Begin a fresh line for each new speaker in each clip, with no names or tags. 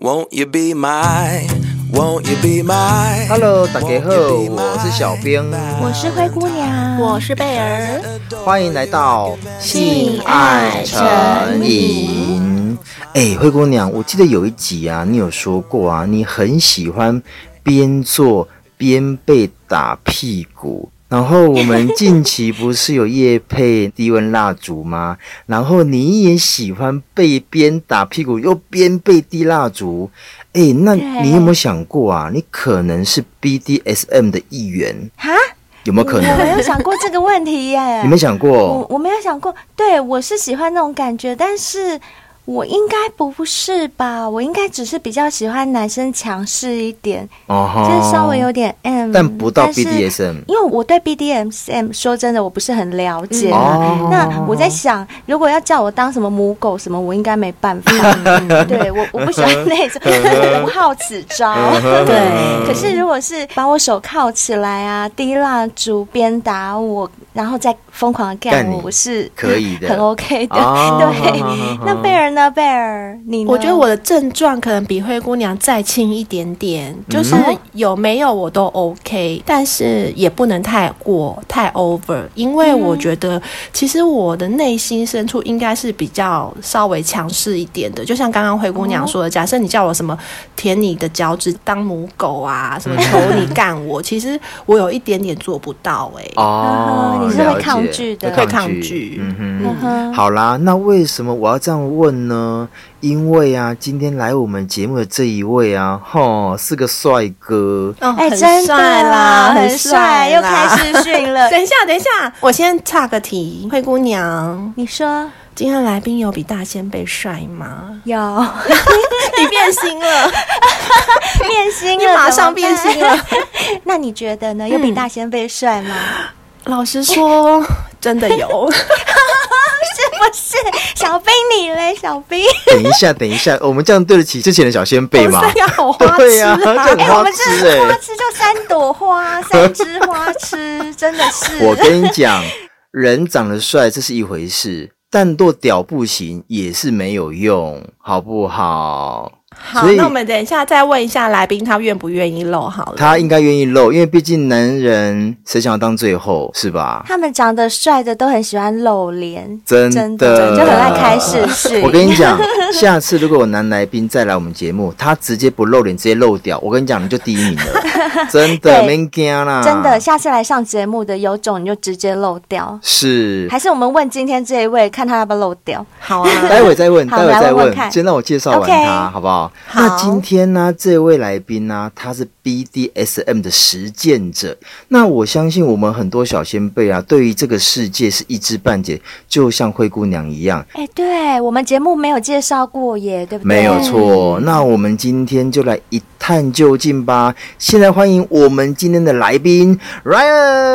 Won't you be my? Won't you be my?
Hello，大家好，我是小编，
我是灰姑娘，
我是贝儿，
欢迎来到
性爱成瘾。
哎，灰姑娘，我记得有一集啊，你有说过啊，你很喜欢边做边被打屁股。然后我们近期不是有夜配低温蜡烛吗？然后你也喜欢被边打屁股又边被滴蜡烛，哎，那
对
你有没有想过啊？你可能是 BDSM 的一员，
哈，
有没有可
我没
能？
有想过这个问题耶
你。没想
我
过？
我没有想过，对我是喜欢那种感觉，但是我应该不是吧？我应该只是比较喜欢男生强势一点，
哦
就是
哈，
稍微有点 M，
但不到
但是
BDSM
因为我对 BDSM 说真的我不是很了解、
嗯哦
那我在想，如果要叫我当什么母狗什么，我应该没办法。嗯对我我不喜欢那 种，我不好此招。
嗯
对
可是如果是把我手铐起来啊，滴蜡烛鞭打我，然后再疯狂的干
干
我
你，
我是
可以的
很 OK 的。
哦
对
好好好好，
那贝尔呢？贝尔，你呢
我觉得我的症状可能比灰姑娘再轻一点点，就是有没有我都 OK，但是也不能太过太 over，因为我觉得其实我的内心深处应该是比较稍微强势一点的，就像刚刚灰姑娘说的，假设你叫我什么舔你的脚趾当母狗啊，什么求你干我，其实我有一点点做不到哎、
哦
嗯，哼你是会
了解
抗拒的
会
会抗拒
嗯
嗯
哼。
哼
好啦，那为什么我要这样问呢？因为啊，今天来我们节目的这一位啊，吼，是个帅哥，
哦，
哎、
很
真的
帅啦，
很
帅啦，
又开视讯 了。
等一下，等一下，我先岔个题。灰姑娘，
你说？
今天来宾有比大仙被帅吗
有
你变心了，
变心
你
了，
马上变心了。
了。 那你觉得呢？有比大仙贝帅吗？
嗯老实说，真的 有。
是不是？小兵你嘞？小兵，
等一下，等一下，我们这样对得起之前的小先辈吗
我？们三个好花
对
痴啊
呀、这很
啊我
花
们真
痴
的
哎、
花痴就三朵花，三枝花痴，真的是。
我跟你讲，人长得帅这是一回 事，但若屌不行也是没有用，好不好？
好
所以，
那我们等一下再问一下来宾，他愿不愿意露好了。
他应该愿意露，因为毕竟男人谁想要当最后是吧？
他们长得帅的都很喜欢露脸，
真
真
的
就很爱开视讯。
我跟你 讲，下次如果有男来宾再来我们节目，他直接不露脸，直接露屌，我跟你讲，你就第一名了， 真的，
对
没惊啦，
真的，下次来上节目的有种你就直接漏掉，
是。
还是我们问今天这一位，看他要不要漏掉？
好啊，
待会再问，
嗯好
待会再
来问
问
问，看
先让我介绍完他
OK
好不好？
好
那今天呢，这位来宾呢，他是 BDSM 的实践者。那我相信我们很多小先辈啊，对于这个世界是一知半解，就像灰姑娘一样，
哎，对我们节目没有介绍过耶，对不对？
没有错，那我们今天就来一探究竟吧。现在欢迎我们今天的来宾 Ryan，,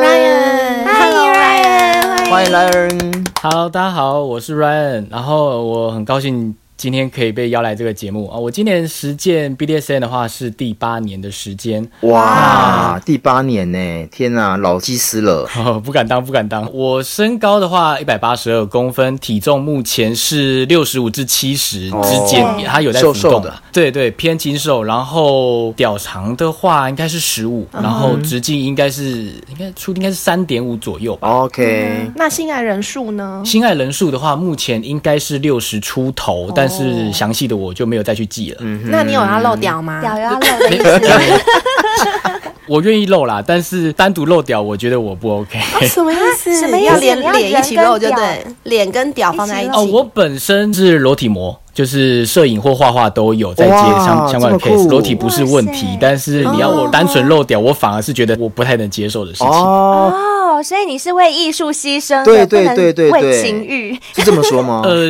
欢
Ryan，
迎
Hello，
Ryan，
欢迎 Ryan。
Hello，大家好，我是 Ryan，然后我很高兴今天可以被邀来这个节目啊。我今年实践 BDSN 的话是第八年的时间，
哇，第八年呢，天哪、老技师了。
哦不敢当，不敢当。我身高的话一百八十二公分，体重目前是六十五至七十
哦
之间，
对
它有在浮
瘦瘦
动。
的
对对，偏精瘦。然后屌长的话应该是十五，
嗯
然后直径应该是应该出应该是三点五左
嗯
右吧。
OK，、
嗯
那性爱人数呢？
心爱人数的话，目前应该是六十出
哦
头，但是详细的我就没有再去记了。
嗯
那你有要露屌吗？
屌要漏的意
没
思。
我愿意露啦，但是单独露屌，我觉得我不 OK。
什么意思？
什么意思
要连
你要
脸一起
人跟
露就
屌
对，脸跟屌放在一
一
起。
起
哦，我本身是裸体模，就是摄影或画画都有在接相
哇
相关的
这么酷
case，裸体不是问
哇
题
塞，
但是你要我单纯露屌，我反而是觉得我不太能接受的事情。
哦，
哦，所以你是为艺术牺牲的，
对对对对
不能
对
为情欲。
是这么说 吗？
呃，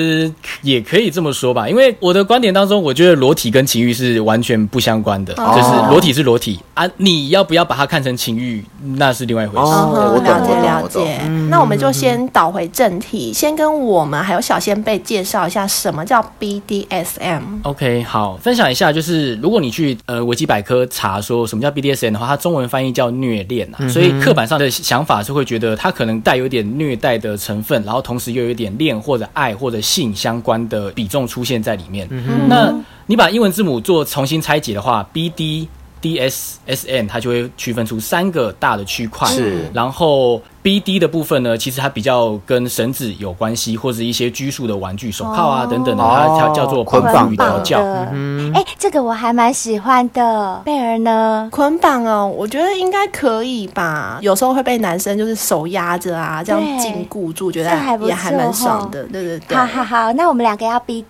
也可以这么说吧，因为我的观点当中，我觉得裸体跟情欲是完全不相关的，
哦
就是裸体是裸体啊，你要不要把它看成情欲，那是另外一回事。
哦
嗯
我懂
了解
我懂
了
我懂
解。
嗯
那我们就先倒回正题，先跟我们还有小先辈介绍一下什么叫 BDSM。
OK，好，分享一下，就是如果你去呃维基百科查说什么叫 BDSN 的话，它中文翻译叫虐恋啊，所以刻板上的想法是会觉得它可能带有点虐待的成分，
嗯
然后同时又有一点恋或者爱或者性相关的比重出现在里面。那你把英文字母做重新拆解的话，B D D S S N 它就会区分出三个大的区块。
是
然后 B D 的部分呢，其实它比较跟绳子有关系，或者一些拘束的玩具、手铐啊
哦
等等的，它它叫做
捆
绑与
绑
调
的
教。
哎、
嗯
这个我还蛮喜欢的。贝儿呢？
捆绑哦，我觉得应该可以吧。有时候会被男生就是手压着啊，这
对
样禁锢住，觉得
这还不
也还蛮
错哦
爽的。对对对，
好好好，那我们两个要 BD，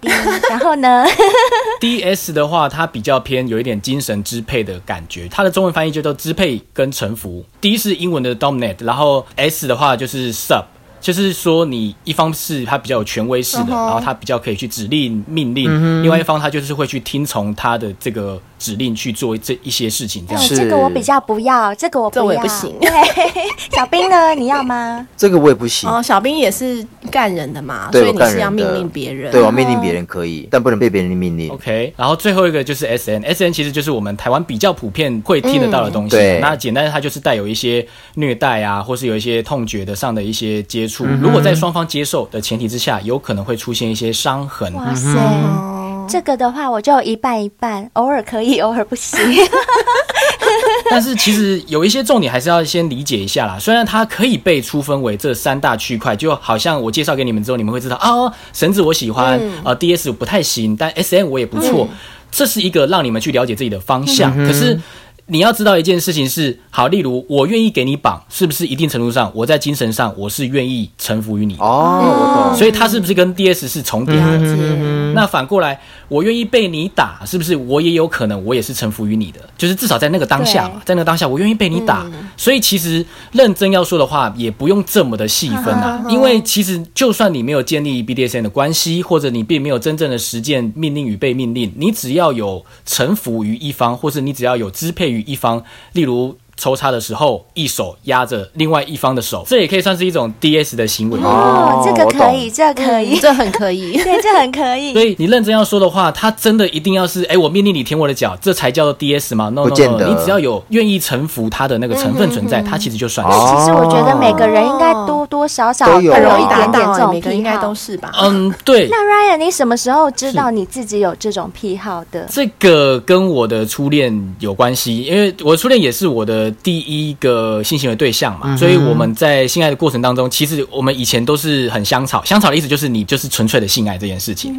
然后呢？
D S 的话，它比较偏有一点精神支配的感觉，它的中文翻译就叫支配跟臣服。D 是英文的 dominate，然后 S 的话就是 sub。就是说，你一方是它比较有权威式的
嗯哼嗯
然后它比较可以去指令命令另外一方它就是会去听从它的这个指令去做这一些事情，这样
哎
是
这个我比较不要，这个我不
这
要。
我也不行
对，小兵呢？你要吗？
这个我也不行。
哦，小兵也是干人的嘛，所
对
以
我
你
干
是要
人
命
的
令别人。哦
对我命令别人可以，但不能被别人命令。
OK，然后最后一个就是 SN，SN 其实就是我们台湾比较普遍会听得到的东西。啊
嗯对
那简单它就是带有一些虐待啊，或是有一些痛觉的上的一些接
嗯
触。如果在双方接受的前提之下，有可能会出现一些伤痕。
嗯
哇塞，这个的话我就一半一半，偶尔可以，偶 尔不行。
但是其实有一些重点还是要先理解一下啦。虽然它可以被粗分为这三大区块，就好像我介绍给你们之后，你们会知道哦，绳子我喜欢，呃，DS 不太行，但 SM 我也不错。这是一个让你们去了解自己的方向。可是你要知道一件事情是，好，例如我愿意给你绑，是不是一定程度上我在精神上我是愿意臣服于你的？
哦，我懂。
所以它是不是跟 DS 是重叠
嗯
的？那反过来，我愿意被你打，是不是我也有可能我也是臣服于你的？就是至少在那个当下嘛，在那个当下，我愿意被你打。所以其实认真要说的话，也不用这么的细分啊，因为其实就算你没有建立 BDSN 的关系，或者你并没有真正的实践命令与被命令，你只要有臣服于一方，或是你只要有支配于一方，例如。抽插的时候，一手压着另外一方的手，这也可以算是一种 DS 的行 为。
哦，这个
我
可以，
懂
这个可
嗯
以，
这很可以。
对，这很可以。
所以你认真要说的话，他真的一定要是，哎、我命令你舔我的脚，这才叫做 DS 吗？No
不
No
见
No，
得
你只要有愿意臣服他的那个成分存在，他其实就算是。
哦
其实我觉得每个人应该多多少
哦
少
都有
会
啊
有一
达
点点
到
这
欸，
种
每个应
癖
该
好
都。是吧？
嗯，对，
那 Ryan，你什么时候知道你自己有这种癖好的？
这个跟我的初恋有关系，因为我初恋也是我的第一个性行为对象嘛，所以我们在性爱的过程当中，其实我们以前都是很香草，香草的意思就是你就是纯粹的性爱这件事情。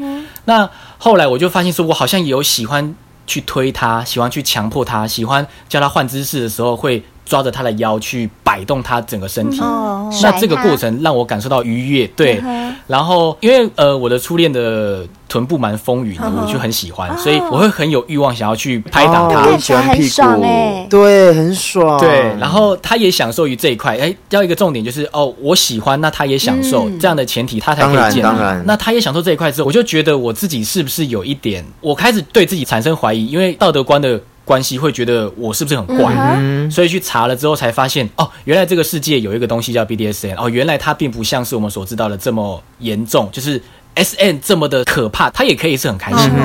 那后来我就发现说，我好像有喜欢去推他，喜欢去强迫他，喜欢叫他换姿势的时候会抓着他的腰去摆动他整个身体。
哦，
那
甩
这个
它
过程让我感受到愉悦，对。
嗯
然后因为呃我的初恋的臀部蛮丰
嗯
腴的，我就很喜
哦
欢，所以我会很有欲望想要去拍打
哦我
它
也。喜欢
看
屁
起来很爽
股
欸，
对，很爽。
对，然后他也享受于这一块。哎，要一个重点就是哦，我喜欢，那他也享受、这样的前提，他才
嗯
可
当
以
然
建立
当然
那他也享受这一块之后，我就觉得我自己是不是有一点，我开始对自己产生怀疑，因为道德观的关系，会觉得我是不是很怪。
嗯，
所以去查了之后才发现，哦，原来这个世界有一个东西叫 BDSN，哦，原来它并不像是我们所知道的这么严重，就是 SN 这么的可怕，它也可以是很开心的。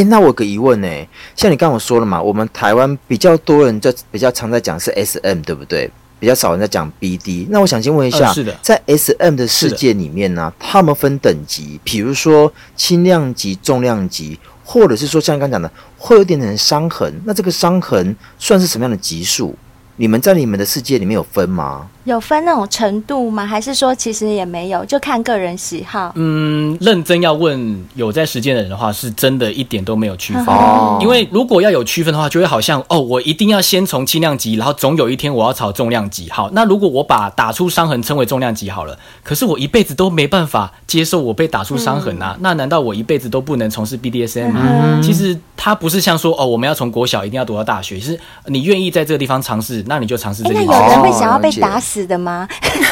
哎、那我有个疑问呢、像你刚刚我说了嘛，我们台湾比较多人在比较常在讲是 S M，对不对？比较少人在讲 B D。那我想先问一下，
呃是的
在 S M 的世界里面呢、他们分等级，比如说轻量级、重量级，或者是说像刚刚讲的，会有点点伤痕。那这个伤痕算是什么样的级数？你们在你们的世界里面有分吗？
有分那种程度吗？还是说其实也没有，就看个人喜好？
嗯，认真要问有在实践的人的话，是真的一点都没有区分。
哦
因为如果要有区分的话，就会好像哦，我一定要先从轻量级，然后总有一天我要炒重量级。好，那如果我把打出伤痕称为重量级好了，可是我一辈子都没办法接受我被打出伤痕啊，那难道我一辈子都不能从事 BDSM 吗？其实它不是像说哦，我们要从国小一定要读到大学，是你愿意在这个地方尝试，那你就尝试
哎
这，个
那
地
有
方。
人会
哦
想要被
了解
打死的吗？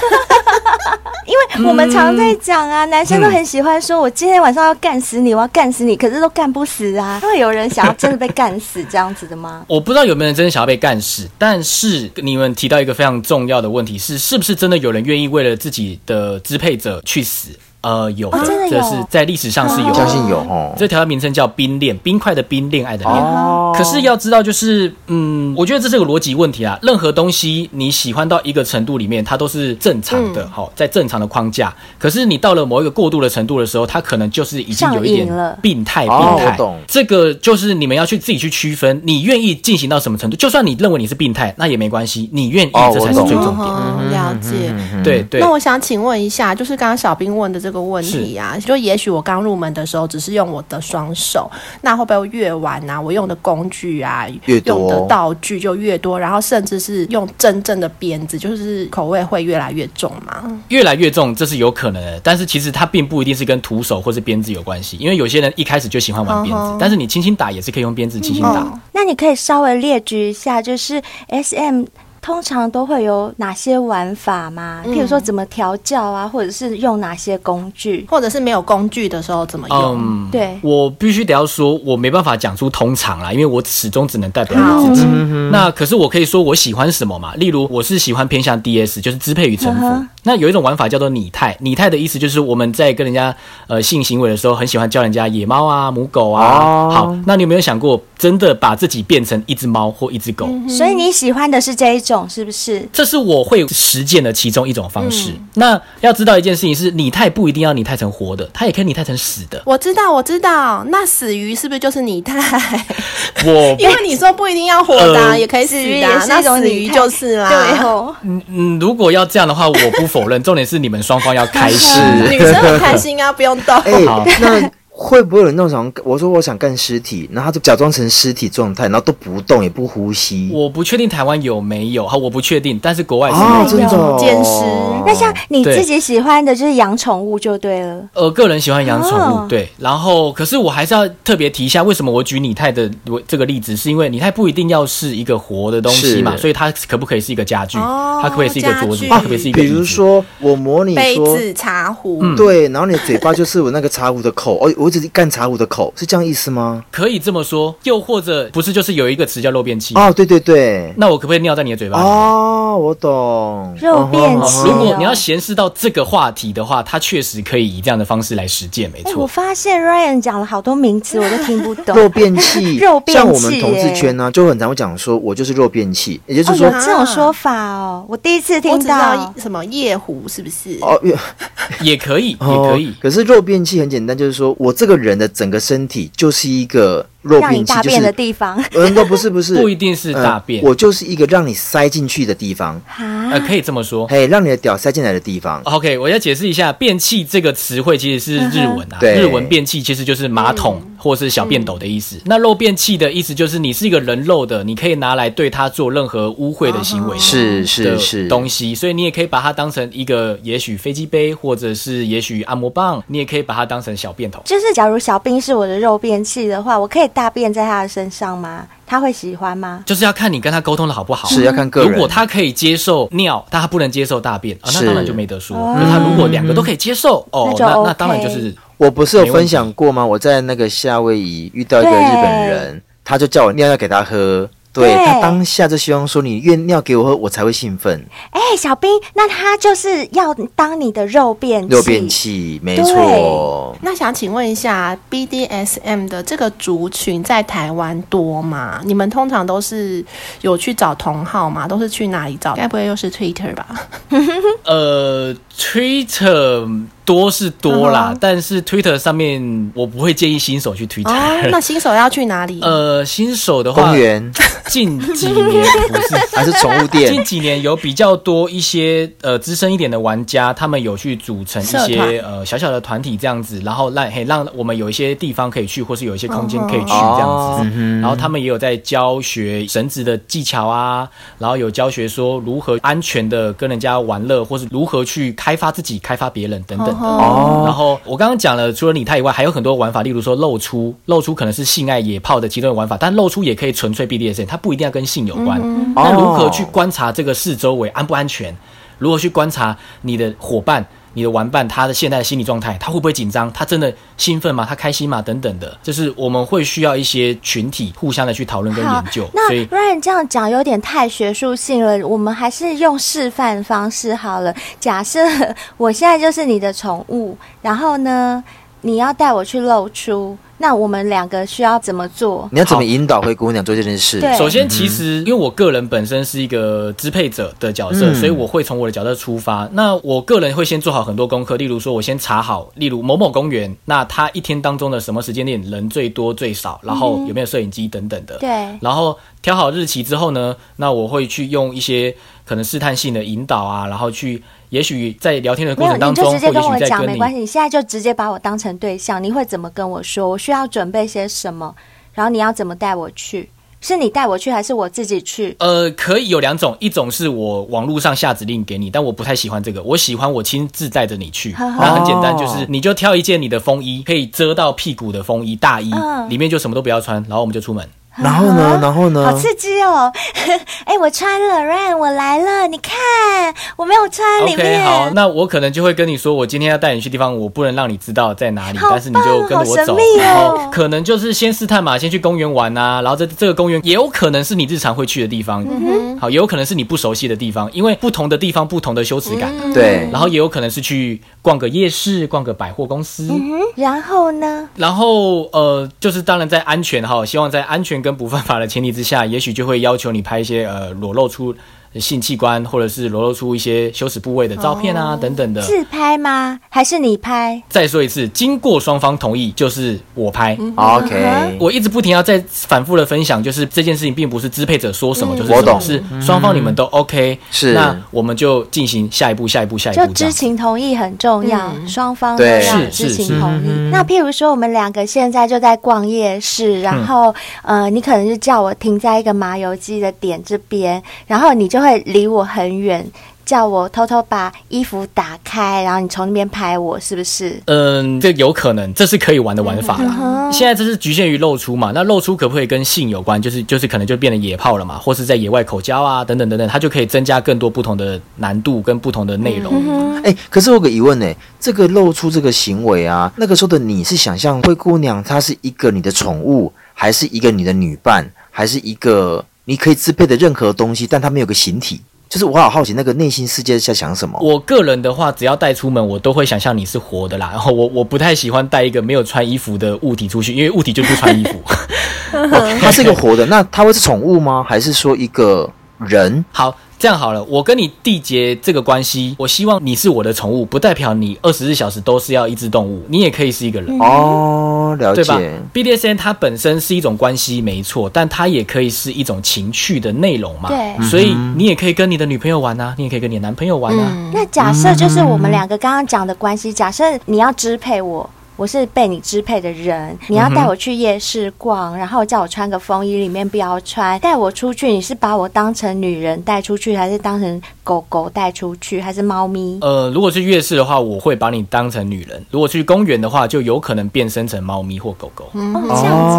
因为我们常在讲啊，男生都很喜欢说，我今天晚上要干死你，我要干死你，可是都干不死啊。 会有人想要真的被干死这样子的吗？
我不知道有没有人真的想要被干死，但是你们提到一个非常重要的问题是，是不是真的有人愿意为了自己的支配者去死？呃，有
哦真的有
这是在历史上是有
相
的。
信有哦。
这条的名称叫冰恋，冰块的冰，恋爱的恋。
哦，
可是要知道，就是嗯，我觉得这是个逻辑问题啊。任何东西你喜欢到一个程度里面，它都是正常
嗯
的，好、在正常的框架。可是你到了某一个过度的程度的时候，它可能就是已经有一点
上瘾了
病态，病
哦
态。
我懂
这个就是你们要去自己去区分，你愿意进行到什么程度。就算你认为你是病态，那也没关系，你愿意，
哦
这才
我
是
懂
最重点。嗯
哦了
嗯
解。
嗯
对对
那。我想请问一下，就是刚刚小兵问的这个问题啊，就也许我刚入门的时候只是用我的双手，那会不会越晚啊，我用的工具啊，
越多
用的道具就越多，然后甚至是用真正的鞭子，就是口味会越来越重嘛？
越来越重，这是有可能的。但是其实它并不一定是跟徒手或是鞭子有关系，因为有些人一开始就喜欢玩鞭子，
嗯哼
但是你轻轻打也是可以用鞭子轻轻打。
那你可以稍微列举一下，就是 S M 通常都会有哪些玩法吗？譬如说怎么调教啊，或者是用哪些工具？
或者是没有工具的时候怎么用？
嗯，
对，
我必须得要说，我没办法讲出通常啦，因为我始终只能代表我自己。那可是我可以说我喜欢什么嘛？例如，我是喜欢偏向 DS，就是支配与臣服。
嗯哼
那有一种玩法叫做拟态，拟态的意思就是我们在跟人家呃性行为的时候，很喜欢叫人家野猫啊、母狗啊。
哦
好，那你有没有想过，真的把自己变成一只猫或一只狗？
所以你喜欢的是这一种，是不是？
这是我会实践的其中一种方式。
嗯
那要知道一件事情是，拟态不一定要拟态成活的，它也可以拟态成死的。
我知道，我知道，那死鱼是不是就是拟态？
我
因为你说不一定要活的啊、
呃
也可以死
死鱼
的啊、
也是
那
一种
死
拟
鱼
态
就是啦。
对哦，
嗯嗯，如果要这样的话，我不否认。重点是你们双方要开心。
是
女生很开心啊，不用动。
哎、
好
那会不会有那种我说我想干尸体，然后他就假装成尸体状态，然后都不动也不呼吸？
我不确定台湾有没有，好，我不确定，但是国外是有。
哦，真的哦
奸尸
那像你
对
自己喜欢的就是养宠物就对了。
呃，个人喜欢养宠物，
哦
对。然后，可是我还是要特别提一下，为什么我举拟态的我这个例子，是因为拟态不一定要是一个活的东西嘛，
是
所以它可不可以是一个家具？
哦
它可不可以是一个桌
家
子？
具
它可不可以是一个椅
啊比
子？嗯
如说我模拟
杯
说。
子、茶壶，
对，然后你的嘴巴就是我那个茶壶的口，哦，我只是干茶壶的口，是这样意思吗？
可以这么说，又或者不是就是有一个词叫肉便器？
哦，对对对，
那我可不可以尿在你的嘴巴里？
哦，我懂，
肉便
哦
器
如果你要闲适到这个话题的话，它确实可以以这样的方式来实践，没
哎、
哦
错。
我发现 Ryan 讲了好多名词，我都听不 懂。
肉便器，
肉便器
像我们同志圈呢、就很常会讲说，我就是肉便器，也就是说，
哦、有这种说法哦，我第一次
我
听
只知
到
道。什么夜壶是不是？
哦，越
也可以，也
哦
可以。
可是肉便器很简单，就是说我这个人的整个身体就是一个肉
让你
便器
大，
就
便的
是
地方
嗯，都不是不是，
不一定是大便
呃我就是一个让你塞进去的地方，
啊
呃，，可以这么说。
嘿，让你的屌塞进来的地方。
OK，我要解释一下，便器这个词汇其实是日文啊，
对
日文便器其实就是马桶
嗯
或是小便斗的意思。那肉便器的意思就是你是一个人肉的，你可以拿来对它做任何污秽的行为的，
是是是，
东西，所以你也可以把它当成一个，也许飞机杯，或者是也许按摩棒，你也可以把它当成小便桶。
就是假如小兵是我的肉便器的话，我可以大便在他的身上吗？他会喜欢吗？
就是要看你跟他沟通的好不好，
是要看个人
嗯
如果他可以接受尿，但他不能接受大便，啊，那
是
当然就没得说。可是他如果两个都可以接受，哦
哦那，就
那
OK
那当然就是
我不是有分享过吗？我在那个夏威夷遇到一个
对
日本人，他就叫我尿尿给他喝。对
对
他当下就希望说你越尿给我喝，我才会兴奋。
哎、小兵，那他就是要当你的肉便器。
六便器，没
对
错。
那想请问一下，BDSM 的这个族群在台湾多吗？你们通常都是有去找同好吗？都是去哪里找？该不会又是 Twitter 吧？
呃，Twitter 多是多啦，但是 Twitter 上面我不会建议新手去
哦
Twitter。，
那新手要去哪里？
呃，新手的话
公，园
近几年不是
还是宠物
近
店？
几年有比较多一些呃资深一点的玩家，他们有去组成一
社团
些呃小小的团体这样子，然后让嘿让我们有一些地方可以去，或是有一些空间可以去这
哦
样子。
嗯哼
然后他们也有在教学绳子的技巧啊，然后有教学说如何安全的跟人家玩乐，或是如何去开发自己、开发别人等等的。
哦
然后我刚刚讲了，除了拟态以外，还有很多玩法，例如说露出，露出可能是性爱野炮的其中的玩法，但露出也可以纯粹 BDSM，它不一定要跟性有关。
嗯
那如何去观察这个四周围安不安全？如何去观察你的伙伴你的玩伴他的现在的心理状态，他会不会紧张？他真的兴奋吗？他开心吗？等等的，就是我们会需要一些群体互相的去讨论跟
好
研究，。
那
所以
Ryan 这样讲有点太学术性了，我们还是用示范方式好了。假设我现在就是你的宠物，然后呢，你要带我去露出，那我们两个需要怎么做？
你要怎么引导灰姑娘做这件事？
对
首先，其实因为我个人本身是一个支配者的角色，
嗯
所以我会从我的角色出发。那我个人会先做好很多功课，例如说，我先查好，例如某某公园，那它一天当中的什么时间点人最多最少，然后有没有摄影机等等的。
对
然后挑好日期之后呢，那我会去用一些可能试探性的引导啊，然后去，也许在聊天的
没
过
有，
程
你
当
就
中，
直接
或
跟
也
我
许在
讲，
跟
没
你
关系。你现在就直接把我当成对象，你会怎么跟我说？我需要准备些什么？然后你要怎么带我去？是你带我去，还是我自己去？
呃，可以有两种，一种是我网络上下指令给你，但我不太喜欢这个，我喜欢我亲自带着你去。那很简单，就是你就挑一件你的风衣，可以遮到屁股的风衣大衣，
嗯
里面就什么都不要穿，然后我们就出门。
然后呢？然后
好
呢？
刺激哦！ 哎、我穿了，Ryan，我来了，你看，我没有穿里
OK，
面。
好，那我可能就会跟你说，我今天要带你去地方，我不能让你知道在哪里，
好棒
但是你就跟着我走
好神，秘哦
然后可能就是先试探嘛，先去公园玩啊，然后这这个公园也有可能是你日常会去的地方，
嗯
好，也有可能是你不熟悉的地方，因为不同的地方不同的羞耻感。
嗯
对，
然后也有可能是去逛个夜市、逛个百货公司，
嗯然后呢？
然后呃，就是当然在安全哈，希望在安全跟不犯法的前提之下，也许就会要求你拍一些呃裸露出性器官或者是裸露出一些羞耻部位的照片啊、
哦
等等的。
自拍吗？还是你拍？
再说一次，经过双方同意就是我拍。
嗯
OK，
我一直不停要再反复的分享，就是这件事情并不是支配者说什
嗯
么就是什
我
么，
懂嗯
是双方你们都 OK，、
是
那我们就进行下一步、下一步、下一步
就
这样。
知情同意很重要，双方都
对
要
是
知
是嗯
情
是
同意。那譬如说，我们两个现在就在逛夜市，
嗯
然后、呃，你可能就叫我停在一个麻油鸡的点这边，然后你就会离我很远，叫我偷偷把衣服打开，然后你从那边拍我，是不是？
嗯，这有可能，这是可以玩的玩法啦。
嗯哼
现在这是局限于露出嘛？那露出可不可以跟性有关？就是就是可能就变得野炮了嘛，或是在野外口交啊，等等等等，它就可以增加更多不同的难度跟不同的内
嗯
容。
哎、可是我有个疑问呢、这个露出这个行为啊，那个时候的你是想象灰姑娘她是一个你的宠物，还是一个你的女伴，还是一个你可以支配的任何东西，但她没有个形体？就是我好好奇那个内心世界在想什么。
我个人的话，只要带出门，我都会想象你是活的啦。然后我我不太喜欢带一个没有穿衣服的物体出去，因为物体就不穿衣服。
它哦是一个活 的，那它会是宠物吗？还是说一个人？
好，这样好了，我跟你缔结这个关系，我希望你是我的宠物，不代表你二十四小时都是要一只动物，你也可以是一个人。
哦，了
嗯对吧
解。
？BDSM 它本身是一种关系，没错，但它也可以是一种情趣的内容嘛。
嗯
对
所以你也可以跟你的女朋友玩啊，你也可以跟你的男朋友玩啊。
嗯
那假设就是我们两个刚刚讲的关系，假设你要支配我。我是被你支配的人，你
嗯
要带我去夜市逛，然后叫我穿个风衣，里面不要穿，带我出去。你是把我当成女人带出去，还是当成狗狗带出去，还是猫咪？
呃，如果去夜市的话，我会把你当成女人；如果去公园的话，就有可能变身成猫咪或狗狗。
嗯
哦，这样子，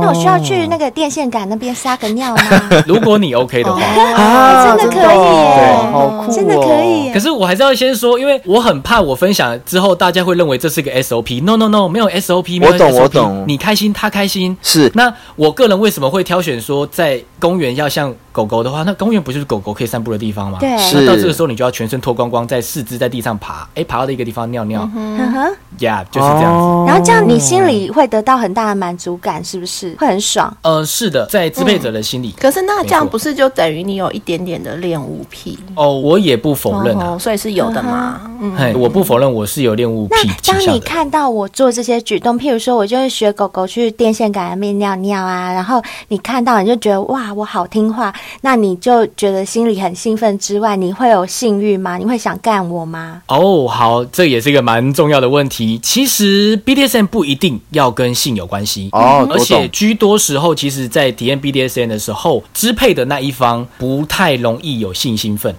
那我需要去那个电线杆那边撒个尿 吗？
如果你 OK
哦
的话，
啊
真的可以耶
对好酷、哦，
真的可以耶
可是我还是要先说，因为我很怕我分享之后，大家会认为这是个 SOP。No No No，没有 SOP，没有
我懂
SOP
我懂
你开心，他开心。
是
那我个人为什么会挑选说在公园要像狗狗的话，那公园不就是狗狗可以散步的地方吗？
对
是
那到这个时候你就要全身脱光光，在四肢在地上爬，诶，爬到一个地方尿尿，
呵呵
呀、yeah, 就是这样子。
哦
嗯然后这样你心里会得到很大的满足感，是不是？会很爽。
呃，是的，在支配者的心里，
可是那这样
没错
不是就等于你有一点点的恋物癖？
嗯
哦，我也不否认
哦
啊，
所以是有的嘛。嗯，
嘿，我不否认我是有恋物
那
癖倾
当
向
你
的。
看到我做这些举动，譬如说我就是学狗狗去电线杆那边尿尿啊，然后你看到你就觉得哇，我好听话，那你就觉得心里很兴奋之外，你会有性欲吗？你会想干我吗？
哦，好，这也是一个蛮重要的问题。其实 BDSM 不一定要跟性有关系嗯
哦
而
我
且
懂
居多时候，其实在体验 BDSM 的时候，支配的那一方不太容易有性兴奋，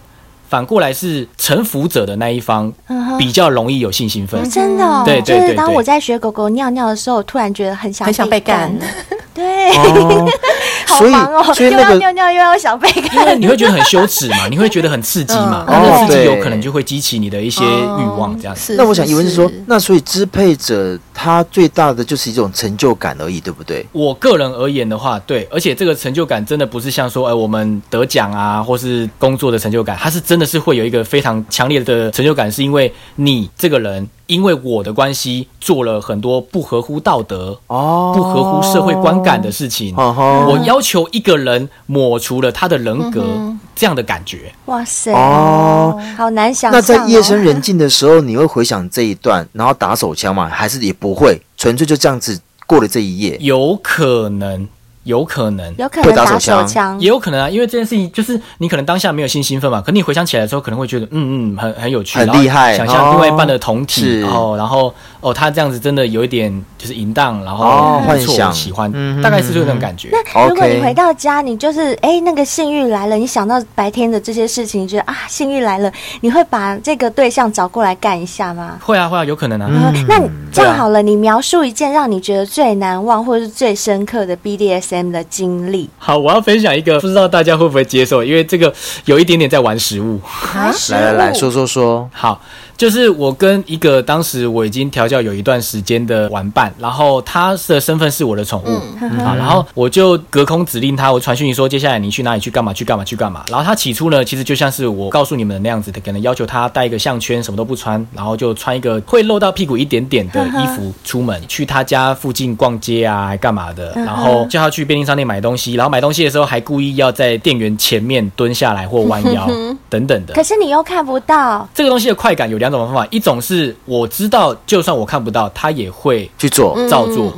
反过来是臣服者的那一方
嗯哼
比较容易有性兴奋。
真的、哦，
对对对
就是当
对
我在学狗狗尿尿的时候，我突然觉得很想
很想被干
被干，对，对，
哦，
好
所以
忙哦，
所以
又
那
要
个
尿尿又要小贝看，
因为你会觉得很羞耻嘛，你会觉得很刺激 嘛，
嗯
那
哦
那刺激有
对
可能就会激起你的一些欲望，这样
嗯
子。
是
那我想疑问是说，那所以支配者他最大的就是一种成就感而已，对不对？
我个人而言的话，对，而且这个成就感真的不是像说，哎、我们得奖啊，或是工作的成就感，它是真的是会有一个非常强烈的成就感，是因为你这个人因为我的关系做了很多不合乎道德、
哦
不合乎社会观感的事情。
哦吼
我要求一个人抹除了他的人格，
嗯
这样的感觉，
哇塞，
哦。
好难想象、
那
哦。
在夜深人静的时候，你会回想这一段，然后打手枪吗？还是也不会，纯粹就这样子过了这一夜？
有可能，有可能，
有可
会
能
打
打
手枪
手枪
也，有可能啊，因为这件事情就是你可能当下没有性兴奋嘛，可你回想起来的时候，可能会觉得嗯嗯很很有趣，
很
然后
厉害
想
哦
象另外一半的同体，
是
然后然后哦他这样子真的有一点就是淫荡，然后
哦
不
幻
错
想
喜欢
嗯，
大概是就那种感觉。
如果你
OK
回到家，你就是哎、那个性欲来了，你想到白天的这些事情，你觉得啊性欲来了，你会把这个对象找过来干一下吗？
会啊会啊，有可能
嗯
啊。
呃那你这
对
样
啊
好了，你描述一件让你觉得最难忘或是最深刻的 BDSM 的经历，
好，我要分享一个，不知道大家会不会接受，因为这个有一点点在玩食物。
啊，食
来来来
哦
物
说说说，
好，就是我跟一个当时我已经调教有一段时间的玩伴，然后他的身份是我的宠物，好，然后我就隔空指令他，我传讯息说接下来你去哪里去干嘛去干嘛去干嘛。然后他起初呢，其实就像是我告诉你们的那样子的，可能要求他带一个项圈，什么都不穿，然后就穿一个会露到屁股一点点的衣服出门，去他家附近逛街啊，干嘛的。然后叫他去便利商店买东西，然后买东西的时候还故意要在店员前面蹲下来或弯腰等等的
可。是你又看不到，
这个东西的快感有两种方法，一种是我知道，就算我看不到，他也会
去做。
照做，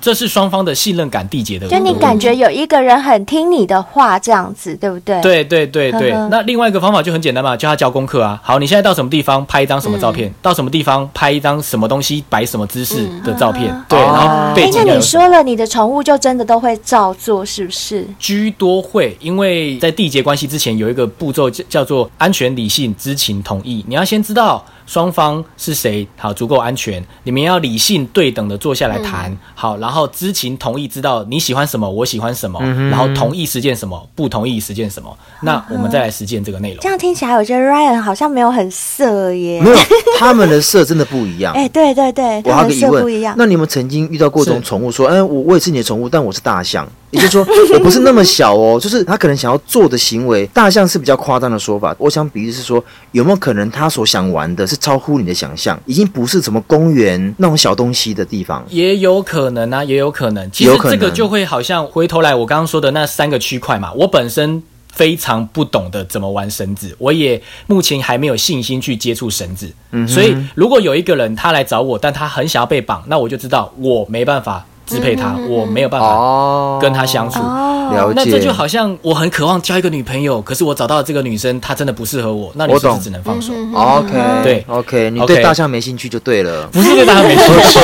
这是双方的信任感缔结的。
嗯就你感觉有一个人很听你的话，这样子，对不对？，
对对对对
呵呵，
那另外一个方法就很简单嘛，叫他交功课啊。好，你现在到什么地方拍一张什么照
嗯
片，到什么地方拍一张什么东西，摆什么姿势的
嗯
照片，对，然后背
哎，那
景要有
你说了，你的宠物就真的都会照做，是不是？
嗯
居多会，因为在缔结关系之前有一个步骤叫叫做安全、理性、知情同意。你要先知道双方是谁，好足够安全。你们要理性对等的坐下来谈，嗯好，然后知情同意，知道你喜欢什么，我喜欢什么，然后同意实践什么，不同意实践什么。那我们再来实践这个内容
这。样听起来，我觉得 Ryan 好像没有很色耶
没。有，他们的色真的不 一样。
哎、对对对，
嗯我
他
还有
们
个疑
色不一
问
样，。
那你们曾经遇到过这种
是
宠物说，哎，我我也是你的宠物，但我是大象，也就是说我不是那么小哦，就是他可能想要做的行为，大象是比较夸张的说法。我想比喻是说，有没有可能他所想玩的是超乎你的想象，已经不是什么公园那种小东西的地方？
也有可能啊，也有可能。其实
有可
这
能
个就会好像回头来我刚刚说的那三个区块嘛，我本身。非常不懂得怎么玩绳子，我也目前还没有信心去接触绳子。
嗯
所以，如果有一个人他来找我，但他很想要被绑，那我就知道我没办法支配他，我没有办法
哦
跟他相处。
了解，
那这就好像我很渴望交一个女朋友，可是我找到这个女生，她真的不适合我，那你
我
是不
懂
是只能放手？
OK，
对
，OK，你
OK
对大象没兴趣就对了。
不是对大家没兴趣。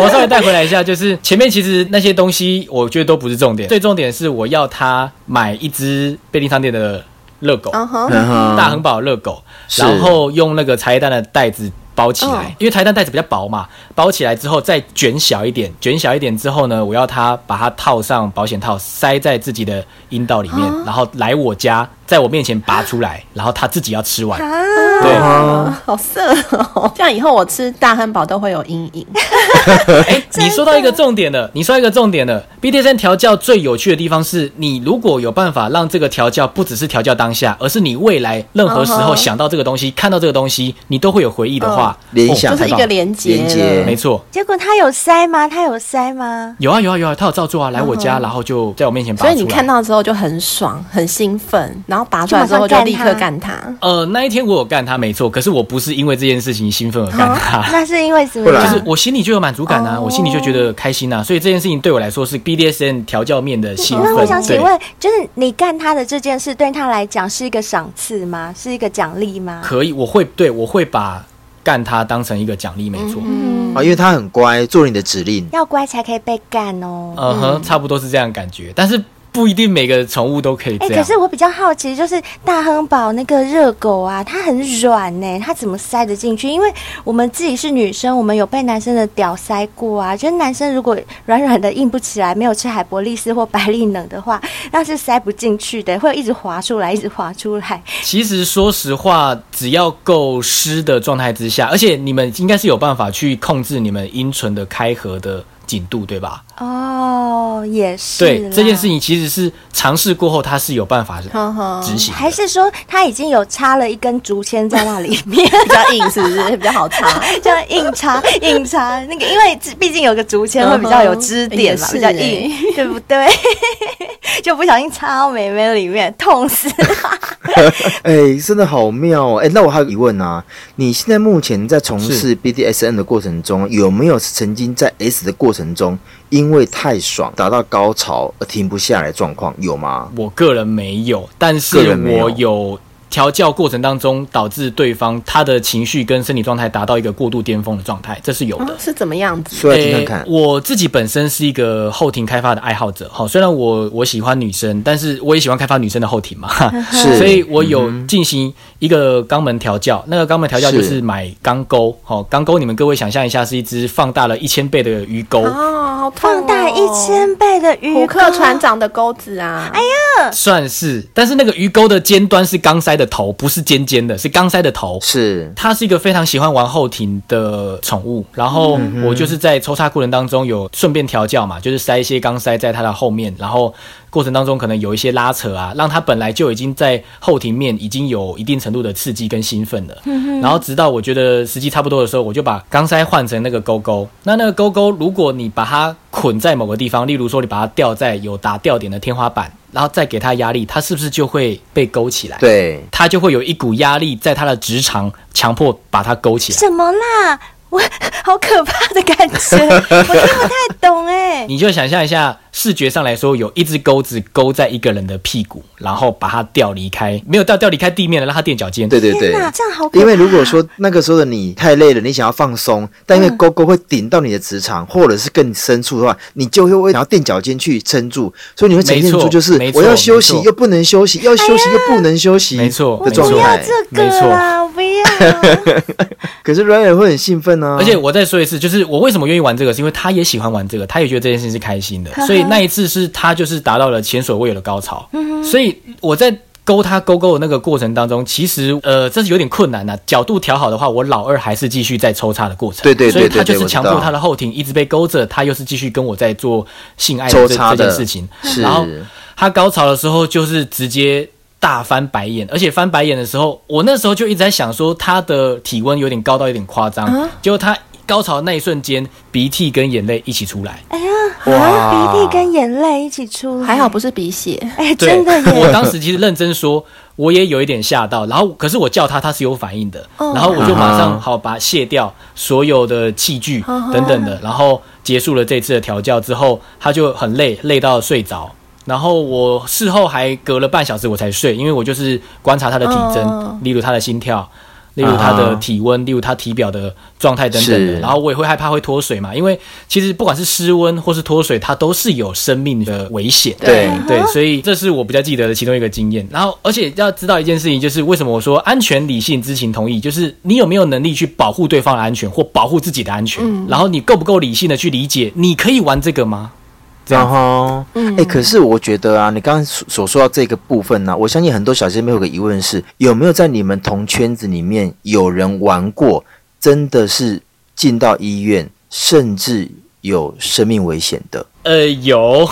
我稍微带回来一下，就是前面其实那些东西，我觉得都不是重点，最重点是我要他买一只便利商店的热狗，
嗯哼，
嗯哼
大恒宝热狗，
是
然后用那个茶叶蛋的袋子。包起来，因为茶叶蛋袋子比较薄嘛，包起来之后再卷小一点，卷小一点之后呢，我要他把它套上保险套，塞在自己的阴道里面，然后来我家，在我面前拔出来，然后他自己要吃完。对，
啊 好色哦！这样以后我吃大汉堡都会有阴影。
哎， 你说到一个重点了，你说到一个重点了。BDSM 调教最有趣的地方是，你如果有办法让这个调教不只是调教当下，而是你未来任何时候想到这个东西、看到这个东西，你都会有回忆的话，
联
哦
想
就
这
是一
太
个
棒了
连接
连接
没错。
结果他有塞吗？他有塞吗？
有啊有啊有啊，他有照做啊，来我家，然后就在我面前拔
嗯
出
所
来。
以你看到之后就很爽、很兴奋，然后拔出来之后就立刻干他。
呃那一天我有干他没错，可是我不是因为这件事情兴奋而干他。
那是因为什么
啊
不然
就是
样？
我心里就有满足感啊，我心里就觉得开心啊，所以这件事情对我来说是 BDSM 调教面的兴奋。
那我想请
对
问，就是你干他的这件事，对他来讲是一个赏赐吗？是一个奖励吗？
可以，我会对我会把干他当成一个奖励，没错。
嗯，
啊，因为他很乖，做你的指令。
要乖才可以被干哦。
嗯哼，差不多是这样的感觉。但是不一定每个宠物都可以
哎、
这样。
可是我比较好奇，就是大亨堡那个热狗啊，它很软呢、它怎么塞得进去？因为我们自己是女生，我们有被男生的屌塞过啊。就是男生如果软软的硬不起来，没有吃海博利斯或百利能的话，那是塞不进去的，会一直滑出来，一直滑出来。
其实说实话，只要够湿的状态之下，而且你们应该是有办法去控制你们阴唇的开合的紧度，对吧？
哦，也是啦。哦
对，这件事情其实是尝试过后，它是有办法
呵呵
执行的。
还是说他已经有插了一根竹签在那里面？
比较硬，是不是比较好擦？
这样硬插硬插那个，因为毕竟有个竹签会比较有支点嘛，
嗯哼
比较硬， 对不对？就不小心插到妹妹里面，痛死！
哎、真的好妙哦！哎、那我还有疑问啊，你现在目前在从事
是
BDSN 的过程中，有没有曾经在 S 的过程中，因为太爽达到高潮而停不下来的状况，有吗？
我个人没有，但
个
是
人没有
我有调教过程当中导致对方他的情绪跟身体状态达到一个过度巅峰的状态，这是有的
哦。是怎么样子？
哎
说来听看看。
诶我自己本身是一个后庭开发的爱好者，哈，虽然我我喜欢女生，但是我也喜欢开发女生的后庭嘛，哈
是嗯
所以我有进行一个肛门调教，那个肛门调教就是是买钢钩，好，钢钩你们各位想象一下是一只放大了一千倍的鱼钩，
哦，好痛哦
放大一千倍的鱼
虎克
钩
船长的钩子啊！哎呀，
算是，但是那个鱼钩的尖端是钢塞的头，不是尖尖的，是钢塞的头，
是
它是一个非常喜欢玩后庭的宠物，然后我就是在抽插过程当中有顺便调教嘛，就是塞一些钢塞在它的后面，然后过程当中可能有一些拉扯啊，让它本来就已经在后庭面已经有一定程度的刺激跟兴奋了。然后直到我觉得时机差不多的时候，我就把钢塞换成那个勾勾。那那个勾勾，如果你把它捆在某个地方，例如说你把它吊在有打吊点的天花板，然后再给它压力，它是不是就会被勾起来？
对，
他就会有一股压力在他的直肠，强迫把它勾起来。
什么啦？我好可怕的感觉，我听不太懂哎、
你就想象一下，视觉上来说，有一只钩子勾在一个人的屁股，然后把它吊离开，没有吊吊离开地面了，让它垫脚尖。
对对
天
对。
哪，这样好可怕！
因为如果说那个时候的你太累了，你想要放松，但因
嗯
为勾勾会顶到你的直肠，或者是更深处的话，你就会会想要垫脚尖去撑住，所以你会呈现
没
出
错
就是
没错
我要休息
没错哎
又不能休息，要休息又不能休息，
没错
的
没
状
错
不要
态。
这
没
个
错
啦，我不要。
可是 Ryan 会很兴奋呢、啊，
而且我再说一次，就是我为什么愿意玩这个，是因为他也喜欢玩这个，他也觉得这件事情是开心的，所以那一次是他就是达到了前所未有的高潮。
嗯
所以我在勾他勾勾的那个过程当中，其实呃这是有点困难呐、角度调好的话，我老二还是继续在抽插的过程。
对对对
所以他
对对
就是强
我知
迫
道
他的后庭一直被勾着，他又是继续跟我在做性爱
抽
的这
插
这
的
件事情。
是
然后他高潮的时候就是直接大翻白眼，而且翻白眼的时候，我那时候就一直在想说他的体温有点高到有点夸张，结果他高潮的那一瞬间，鼻涕跟眼泪一起出来。
哎呀，
哇
啊鼻涕跟眼泪一起出来，
还好不是鼻血，
哎、
对
真 的耶！
我当时其实认真说，我也有一点吓到，然后可是我叫他，他是有反应的，
哦
然后我就马
啊哈
上好把卸掉所有的器具
嗯
等等的，然后结束了这次的调教之后，他就很累，累到睡着。然后我事后还隔了半小时我才睡，因为我就是观察他的体
嗯
哦
征，例如他的心跳，例如他
啊哈
的体温，例如他体表的状态等等
是
的。然后我也会害怕会脱水嘛，因为其实不管是失温或是脱水，它都是有生命的危险。
对
对，所以这是我比较记得的其中一个经验。然后，而且要知道一件事情，就是为什么我说安全、理性、知情、同意，就是你有没有能力去保护对方的安全或保护自己的安全，然后你够不够理性的去理解，你可以玩这个吗？
然后，
嗯
哎、可是我觉得啊，你刚刚所所说到这个部分呢、我相信很多小姐妹有个疑问是，有没有在你们同圈子里面有人玩过，真的是进到医院，甚至有生命危险的？
呃，有，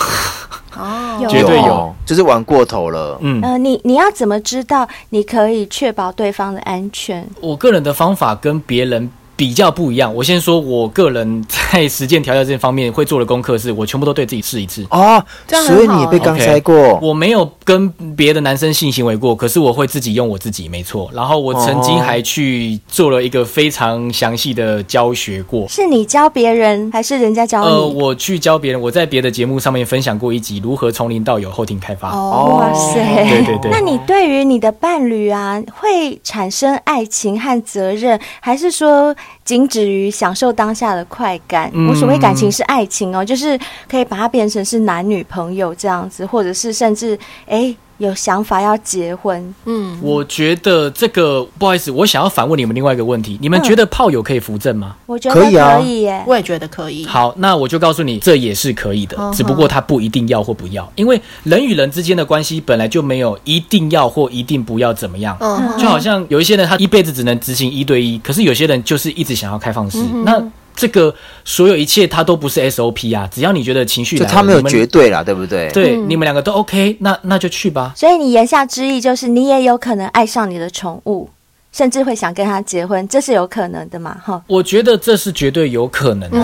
有
绝对有
哦，就是玩过头了。
嗯，
呃，你你要怎么知道你可以确保对方的安全？
我个人的方法跟别人比较不一样。我先说，我个人在实践调教这方面会做的功课是，我全部都对自己试一次。
哦，
这样很
所以你也被
好
刚
OK
塞过
我没有跟别的男生性行为过，可是我会自己用我自己，没错。然后我曾经
哦
还去做了一个非常详细的教学过。
是你教别人，还是人家教你？
呃，我去教别人，我在别的节目上面分享过一集如何从零到有后庭开发。
哦，哇塞！
呃对对对
那你对于你的伴侣啊，会产生爱情和责任，还是说仅止于享受当下的快感。
嗯
我所谓感情是爱情哦，就是可以把它变成是男女朋友这样子，或者是甚至哎有想法要结婚，
嗯，
我觉得这个不好意思，我想要反问你们另外一个问题：你们觉得炮友可以扶正吗？
我觉得
可以啊
可以耶。
我也觉得可以。
好，那我就告诉你，这也是可以的
哦
嗯，哼
只不过他不一定要或不要，因为人与人之间的关系本来就没有一定要或一定不要怎么样。
嗯
就好像有一些人他一辈子只能执行一对一，可是有些人就是一直想要开放
嗯
式。那这个所有一切他都不是 SOP 啊，只要你觉得情绪
就
来了，
他没有
你们
绝对啦，对不对？
对，
嗯
你们两个都 OK，那那就去吧。
所以你言下之意就是你也有可能爱上你的宠物，甚至会想跟他结婚，这是有可能的嘛？哈，
我觉得这是绝对有可能的。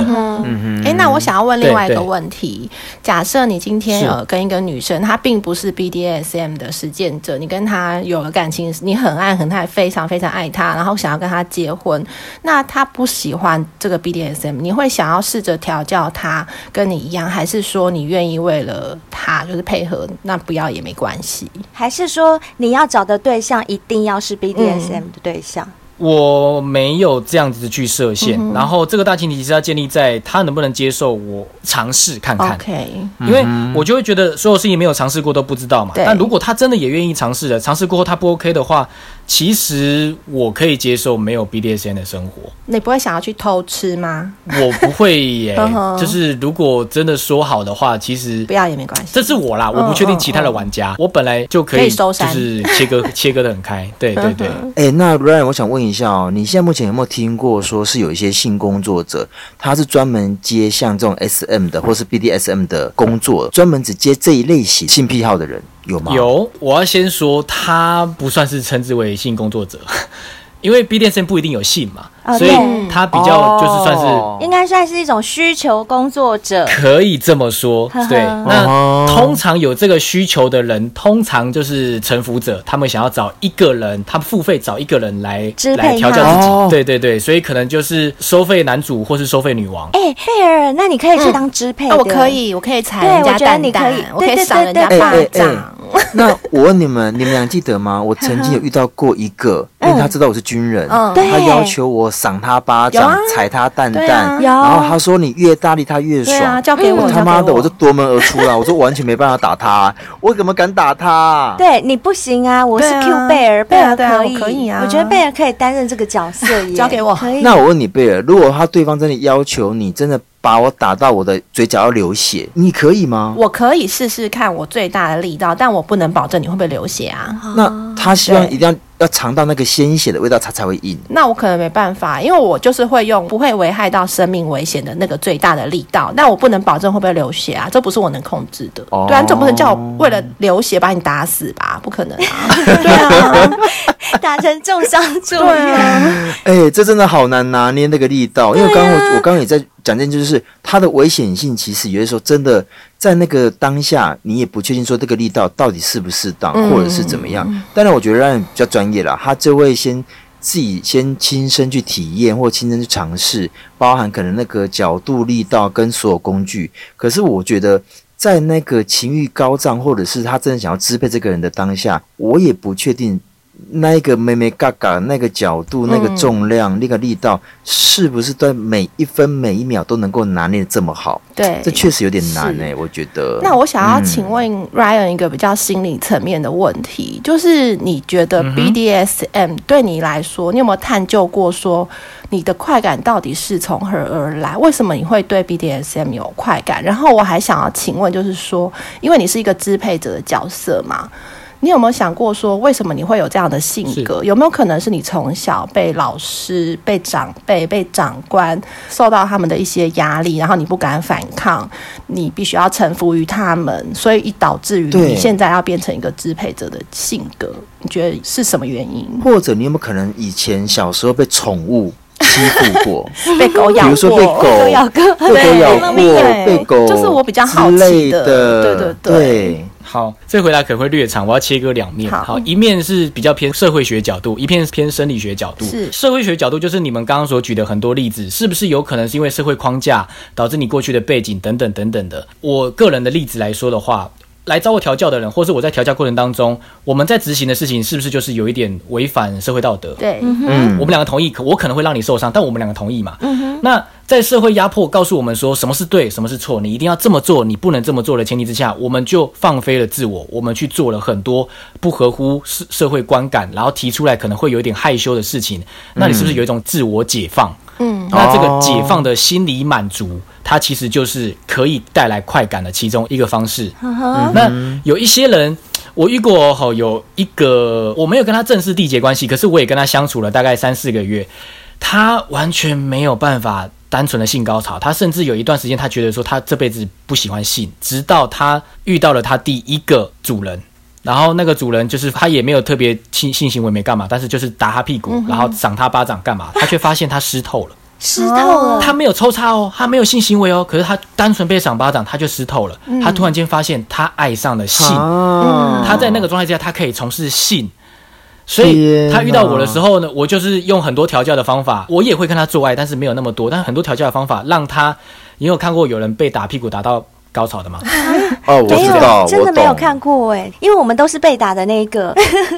哎、那我想要问另外一
对
个
嗯对
问题：假设你今天
是
呃跟一个女生，她并不是 BDSM 的实践者，你跟她有了感情，你很爱很爱，非常非常爱她，然后想要跟她结婚，那她不喜欢这个 BDSM，你会想要试着调教她跟你一样，还是说你愿意为了她就是配合，那不要也没关系？
还是说你要找的对象一定要是 BDSM
嗯
的对象？
我没有这样子去设限，
嗯
然后这个大前提是要建立在他能不能接受我尝试看看。
OK，
因为我就会觉得所有事情没有尝试过都不知道嘛。
嗯对
但如果他真的也愿意尝试了，尝试过后他不 OK 的话，其实我可以接受没有 BDSN 的生活，
你不会想要去偷吃吗？
我不会耶
嗯。哼
就是如果真的说好的话，其实
不要也没关系。
这是我啦，我不确定其他的玩家，我本来就可
可
以
以收
就
山嗯
是 切割切割的很开。对对对，
哎，那 Ryan，我想问一下哦，你现在目前有没有听过说是有一些性工作者，他是专门接像这种 SM 的或是 BDSM 的工作，专门只接这一类型性癖好的人，有吗？。
有，我要先说，他不算是称之为性工作者，因为 BDSM 不一定有性嘛，
啊
哦
所以
对
他比较就是算
哦
是
应该算是一种需求工作者。
可以这么说
呵呵，
对。
哦
那通常有这个需求的人，通常就是臣服者，他们想要找一个人，他们付费找一个人来
支配他
来调教自己。
哦
对对对，所以可能就是收费男主或是收费女王。
哎、贝尔，那你可以去当支配的、
那嗯哦我可，以，我可以踩
对
人家
我觉得
蛋
你可
蛋，
以
我可
对
以
对
赏
对
人家
对
巴
对哎哎哎
掌。
那我问你们，你们俩记得吗？我曾经有遇到过一个，因为他知道我是军人，
嗯
他
对
要求我赏他巴
有
掌
啊、
踩他蛋
对啊
蛋，
有
然后他说你越大力他越
对啊，
爽。
交给我，
我
交
他
给
妈的，我就夺门而出了，我说完全没办法打他，啊 我怎么敢打他？
对你不行啊，我是
对啊
Q 贝尔，贝
对
尔
啊对啊
可以，
我可以啊
我觉得贝尔可以担任这个角色耶，
交给我
可以。
那我问你，贝尔，如果他对方真的要求你，真的把我打到我的嘴角要流血，你可以吗？
我可以试试看我最大的力道，但我不能保证你会不会流血啊。
那他希望
对
一定要要尝到那个鲜血的味道，他才会硬。
那我可能没办法，因为我就是会用不会危害到生命危险的那个最大的力道，但我不能保证会不会流血啊，这不是我能控制的。
哦
对啊，你总不能叫我为了流血把你打死吧？不可能啊！对啊，
打成重伤住
对
院，
啊，
哎、这真的好难拿捏那个力道，因为刚刚我、我刚刚也在讲这件事，就是它的危险性，其实有的时候真的在那个当下，你也不确定说这个力道到底适不适当，
嗯
或者是怎么样。当然，我觉得让比较专业啦，他就会先自己先亲身去体验或亲身去尝试，包含可能那个角度、力道跟所有工具。可是我觉得。在那个情欲高涨，或者是他真的想要支配这个人的当下，我也不确定那一个妹妹嘎嘎那个角度、那个
嗯
重量、那个力道，是不是在每一分每一秒都能够拿捏得这么好？
对，
这确实有点难
是
哎、我觉得。
那我想要请问 Ryan 一个比较心理层面的问题，就是你觉得 BDSM 对你来说，你有没有探究过说你的快感到底是从何而来？为什么你会对 BDSM 有快感？然后我还想要请问，就是说，因为你是一个支配者的角色嘛。你有没有想过说，为什么你会有这样的性格？有没有可能是你从小被老师、被长辈、被长官受到他们的一些压力，然后你不敢反抗，你必须要臣服于他们，所以一导致于
对
你现在要变成一个支配者的性格？你觉得是什么原因？
或者你有没有可能以前小时候被宠物欺负过？
被狗
比
咬
如
过？
说被狗
咬 哥，
被狗咬过，
对
被狗
就是我比较好奇的
之类的，
对对
对
对
好，这回答可能会略长，我要切割两面。
好
一面是比较偏社会学角度，一片是偏生理学角度。
是
社会学角度就是你们刚刚所举的很多例子，是不是有可能是因为社会框架导致你过去的背景等等等等的？我个人的例子来说的话。来找我调教的人，或是我在调教过程当中，我们在执行的事情是不是就是有一点违反社会道德？
对，
嗯
我们两个同意，可我可能会让你受伤，但我们两个同意嘛。那在社会压迫告诉我们说什么是对，什么是错，你一定要这么做，你不能这么做的前提之下，我们就放飞了自我，我们去做了很多不合乎社社会观感，然后提出来可能会有一点害羞的事情，那你是不是有一种自我解放？
嗯，
那这个解放的心理满足，它其实就是可以带来快感的其中一个方式。
嗯哼，
那有一些人，我遇过吼，有一个我没有跟他正式缔结关系，可是我也跟他相处了大概三四个月，他完全没有办法单纯的性高潮，他甚至有一段时间他觉得说他这辈子不喜欢性，直到他遇到了他第一个主人。然后那个主人就是他也没有特别性性行为没干嘛，但是就是打他屁股，然后赏他巴掌干嘛，他却发现他湿透了。
湿透了，
他没有抽插哦，他没有性行为哦，可是他单纯被赏巴掌，他就湿透了。他突然间发现他爱上了性，
嗯
嗯
啊
他在那个状态之下，他可以从事性。所以
天
他遇到我的时候呢，我就是用很多调教的方法，我也会跟他做爱，但是没有那么多，但很多调教的方法让他，你有看过有人被打屁股打到高潮 的吗
哦，我
没
知道，
有，真
我
的没有
懂。
看过哎，因为我们都是被打的那一个，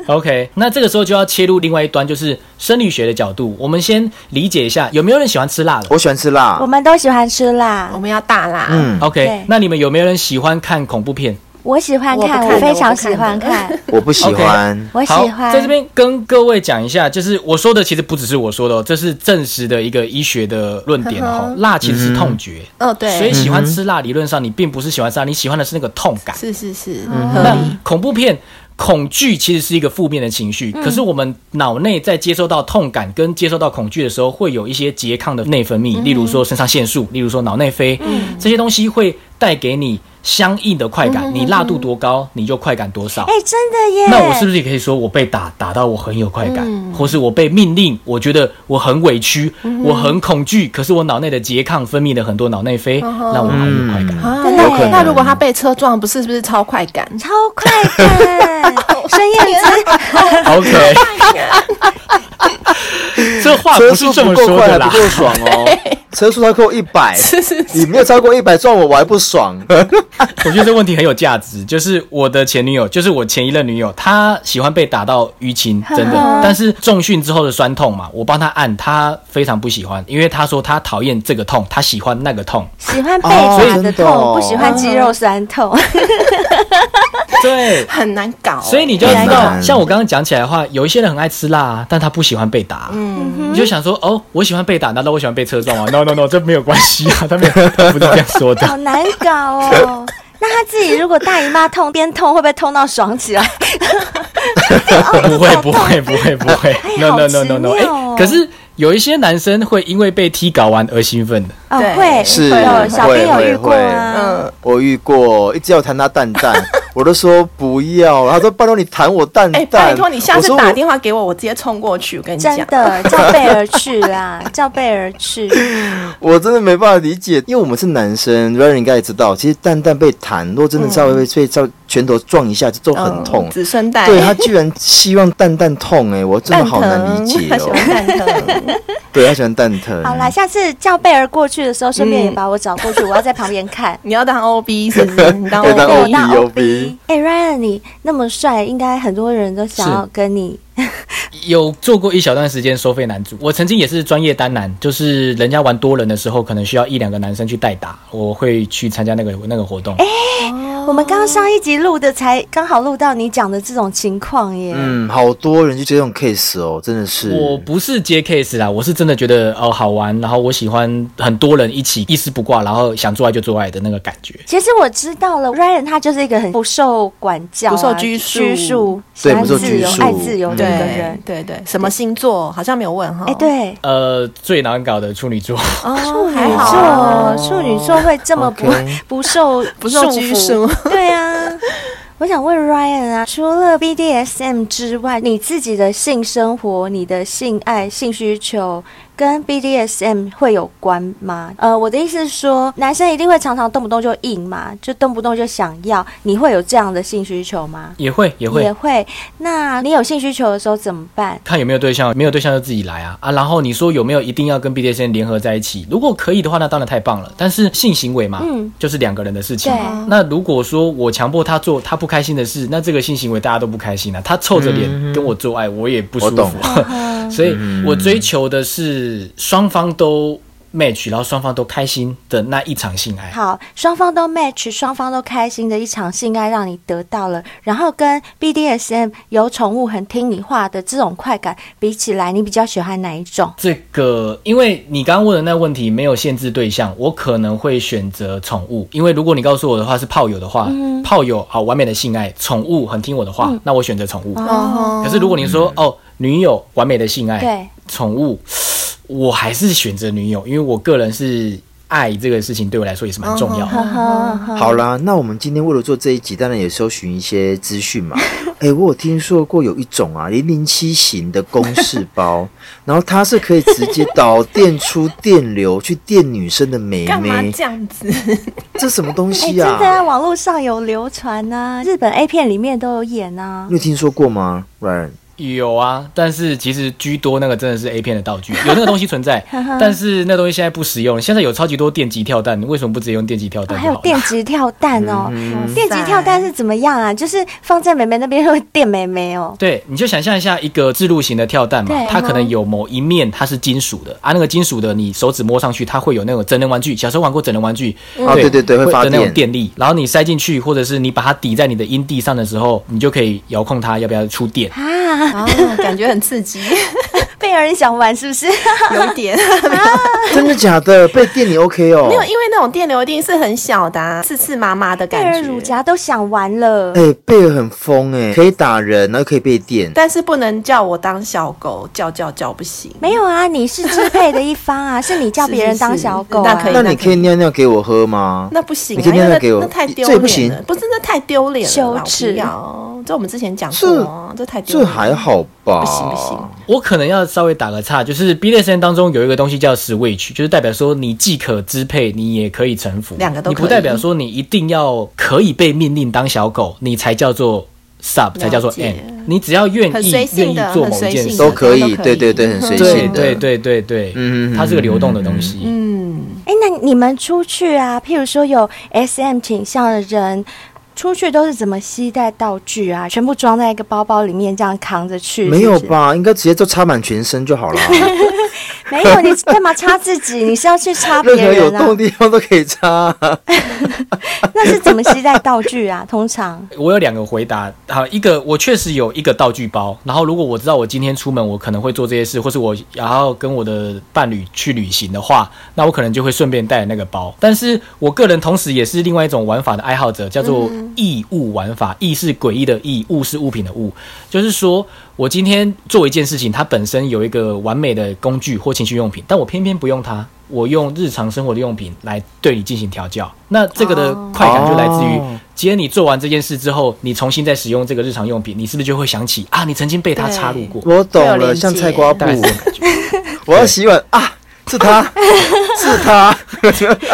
？OK，那这个时候就要切入另外一端，就是生理学的角度，我们先理解一下，有没有人喜欢吃辣的？
我喜欢吃辣
我，们都喜欢吃辣
我。们要大啦，
嗯，
OK，
对
那你们有没有人喜欢看恐怖片？
我喜欢
我不看
看，
的
我非
我
常
不看
喜欢
的
看，
我不喜
OK
欢。
我
好，
喜欢。
在这边跟各位讲一下，就是我说的其实不只是我说的、哦，这是证实的一个医学的论点
嗯
哦。辣其实是痛觉，
哦对，
所以喜欢吃辣，理论上你并不是喜欢吃辣，你喜欢的是那个痛感。
是是是，
那
嗯
合理，
恐怖片。恐惧其实是一个负面的情
嗯
绪，可是我们脑内在接收到痛感跟接收到恐惧的时候，会有一些拮抗的内分泌，
嗯
例如说肾上腺素，例如说脑内啡，这些东西会带给你相应的快
嗯
感。你辣度多高，你就快感多少。
哎，真的耶！
那我是不是也可以说我被打打到我很有快感，或是我被命令，我觉得我很委屈，我很恐惧，可是我脑内的拮抗分泌了很多脑内啡，让我很有快感。
啊
对
那那如果他被车撞，不是是不是超快感？
超快感？孙燕姿
OK，这话不
车
是
速
这么
不
说
够
的
快，还
啦
不。够爽 哦。车速超过一百，
是是是，
你没有超过一百撞我，我还不爽。
我觉得这问题很有价值，就是我的前女友，就是我前一任女友，她喜欢被打到淤青，真的，但是重训之后的酸痛嘛，我帮她按，她非常不喜欢，因为她说她讨厌这个痛，她喜欢那个痛。
喜欢被
哦
打
真的
的
哦
痛，不喜欢肌肉酸痛。
对，
很难搞欸，
所以你就要知
很
道，
难
像我刚刚讲起来的话，有一些人很爱吃辣、啊，但他不喜欢被打、嗯，你就想说，哦，我喜欢被打，难道我喜欢被车撞吗？No No No，这没有关系啊，他没有，他不是这样 说的。
好难搞哦。那他自己如果大姨妈痛，边痛会不会痛到爽起来？
不会不会不会不会，No No
哎好
No No No，
奇妙哦
可是有一些男生会因为被踢睾丸而兴奋的。
哦，
对
会
是
有小
会
编有
会
遇过啊，
嗯，
我遇过，一直要弹他蛋 蛋，我都说不要，他说拜托你弹我蛋
哎，
蛋。
拜托你下次
我说
打
我
电话给我，我直接冲过去，我跟你
真
讲，
的 叫贝儿去啦，叫贝儿去。
我真的没办法理解，因为我们是男生 r a n 应该也知道，其实蛋蛋被弹，如果真的稍微被被照拳头撞一下，就都很
嗯
痛。
子孙带，
对他居然希望蛋蛋痛、哎，我真
蛋
的好难
疼
理，解
他喜
哦。
欢蛋疼。
对他喜欢蛋疼。
好啦，下次叫贝儿过去的时候，顺
嗯
便也把我找过去，我要在旁边看。
你要当 OB 是不是？你 当
可以当
OB，
我
OB
当
OB。
哎，Ryan，你那么帅，应该很多人都想要
是
跟你。
有做过一小段时间收费男主，我曾经也是专业单男，就是人家玩多人的时候，可能需要一两个男生去代打，我会去参加那个那个活动。
哦
我们刚刚上一集录的才刚好录到你讲的这种情况耶。
嗯，好多人就这种 case 哦，真的是。
我不是接 case 啦，我是真的觉得哦好玩，然后我喜欢很多人一起一丝不挂，然后想做爱就做爱的那个感觉。
其实我知道了，Ryan 他就是一个很不受管教啊、
不受拘束
拘束喜
对
欢
不受
自由
拘、束
爱自由的一个
对
人。
对对，什么星座好像没有问哈？
哎，对，
呃，最难搞的处女座，
哦，
处女
还
座，
好啊
处女座会这么不
OK
不受
不受拘
束
束
缚？对啊。 我想问 Ryan 啊，除了 BDSM 之外，你自己的性生活、你的性爱、性需求，跟 BDSM 会有关吗？呃，我的意思是说，男生一定会常常动不动就硬嘛，就动不动就想要，你会有这样的性需求吗？
也会也
也
会
会。那你有性需求的时候怎么办？
看有没有对象，没有对象就自己来啊啊！然后你说有没有一定要跟 BDSN 联合在一起？如果可以的话，那当然太棒了。但是性行为嘛，
嗯
就是两个人的事情嘛。
对
那如果说我强迫他做他不开心的事，那这个性行为大家都不开心啊。他臭着脸跟我做爱，我也不舒
我懂嗯
服。 所以我追求的是双方都 match，然后双方都开心的那一场性爱。
好，双方都 match，双方都开心的一场性爱让你得到了，然后跟 BDSM 有宠物很听你话的这种快感比起来，你比较喜欢哪一种？
这个，因为你刚刚问的那问题没有限制对象，我可能会选择宠物，因为如果你告诉我的话是炮友的话，炮友好完美的性爱，宠物很听我的话，那我选择宠物。
哦
可是如果你说、哦，女友完美的性爱，
对，
宠物，我还是选择女友，因为我个人是爱这个事情对我来说也是蛮重要的。
嗯
呵呵呵
好啦，那我们今天为了做这一集，当然也搜寻一些资讯 嘛。哎、我有听说过有一种啊，零零七型的公式包， 然后它是可以直接导电出电流去电女生的眉
干嘛
眉，
这样子？
这什么东
哎、
西
真的啊，
啊？
网络上有流传呐、日本 A 片里面都有演啊呐、
你有听说过吗，Ryan？
嗯
有啊，但是其实居多那个真的是 A 片的道具，有那个东西 存在，但是那东西现在不实用。现在有超级多电极跳蛋，你为什么不直接用电极跳
哦
蛋就
还有
好了？
电极跳蛋哦，电极
哇塞
跳蛋是怎么样啊？就是放在妹妹那边会电妹妹哦。
对，你就想象一下一个自入型的跳蛋嘛
对，
它可能有某一面它是金属的啊，那个金属的你手指摸上去，它会有那种整人玩具，小时候玩过整人玩具，
啊对对对会发
的那种
电
电力，然后你塞进去，或者是你把它抵在你的阴蒂上的时候，你就可以遥控它要不要出电。
啊，
啊，感觉很刺激，
被有人想玩是不是？
有一点。
真的假的？被电你 OK 哦？
没有，因为那种电流一定是很小的、啊，刺刺麻麻的
被
感
人
觉。
乳夹都想玩了。
哎、贝尔很疯哎、可以打人，然后可以被电。
但是不能叫我当小狗，叫叫叫不行。
没有啊，你是支配的一方啊，是你叫别人当小狗、啊
是是是那可以
那你可以尿尿给我喝吗？
那不行、啊，
你可以
因
念
为那
那给我
那太丢
这也
脸
不行
了，不是那太丢脸了
羞
啦，
耻
我不要这我们之前讲过
这
啊，这太丢
这
脸了
还好吧？
不行不行，
我可能要稍微打个岔，就是 BDSM 当中有一个东西叫 switch，就是代表说你既可支配，你也可以臣服，
两个都
你
可以
不代表说你一定要可以被命令当小狗，你才叫做 sub，才叫做
了解
n。你只要愿
很
意
随
愿
性
意
的，
做
很
某
随
一件
性
事
的，
都可以
都
对对对很随
对
性的
对对对对，
嗯
它是个流动的东西。
嗯，
哎、那你们出去啊，譬如说有 SM 倾向的人。出去都是怎么携带道具啊？全部装在一个包包里面，这样扛着去？
没
是
有
不是？
吧？应该直接就插满全身就好 了啊。
没有，你干嘛插自己？你是要去插 别
任何 有
人啊
洞？地方都可以插 啊、
那是怎么携带道具啊？通常
我有两个回答，好，一个我确实有一个道具包，然后如果我知道我今天出门我可能会做这些事，或是我然后跟我的伴侣去旅行的话，那我可能就会顺便带那个包。但是我个人同时也是另外一种玩法的爱好者，叫做异物玩法，异是诡异的异，物是物品的物，就是说我今天做一件事情，它本身有一个完美的工具或情趣用品，但我偏偏不用它。我用日常生活的用品来对你进行调教，那这个的快感就来自于
哦
今天你做完这件事之后，你重新再使用这个日常用品，你是不是就会想起啊，你曾经被它插入过？
我懂
会有
了，
连接
像菜瓜布
大概是这。种感觉。
我要洗碗啊，是 他，是他，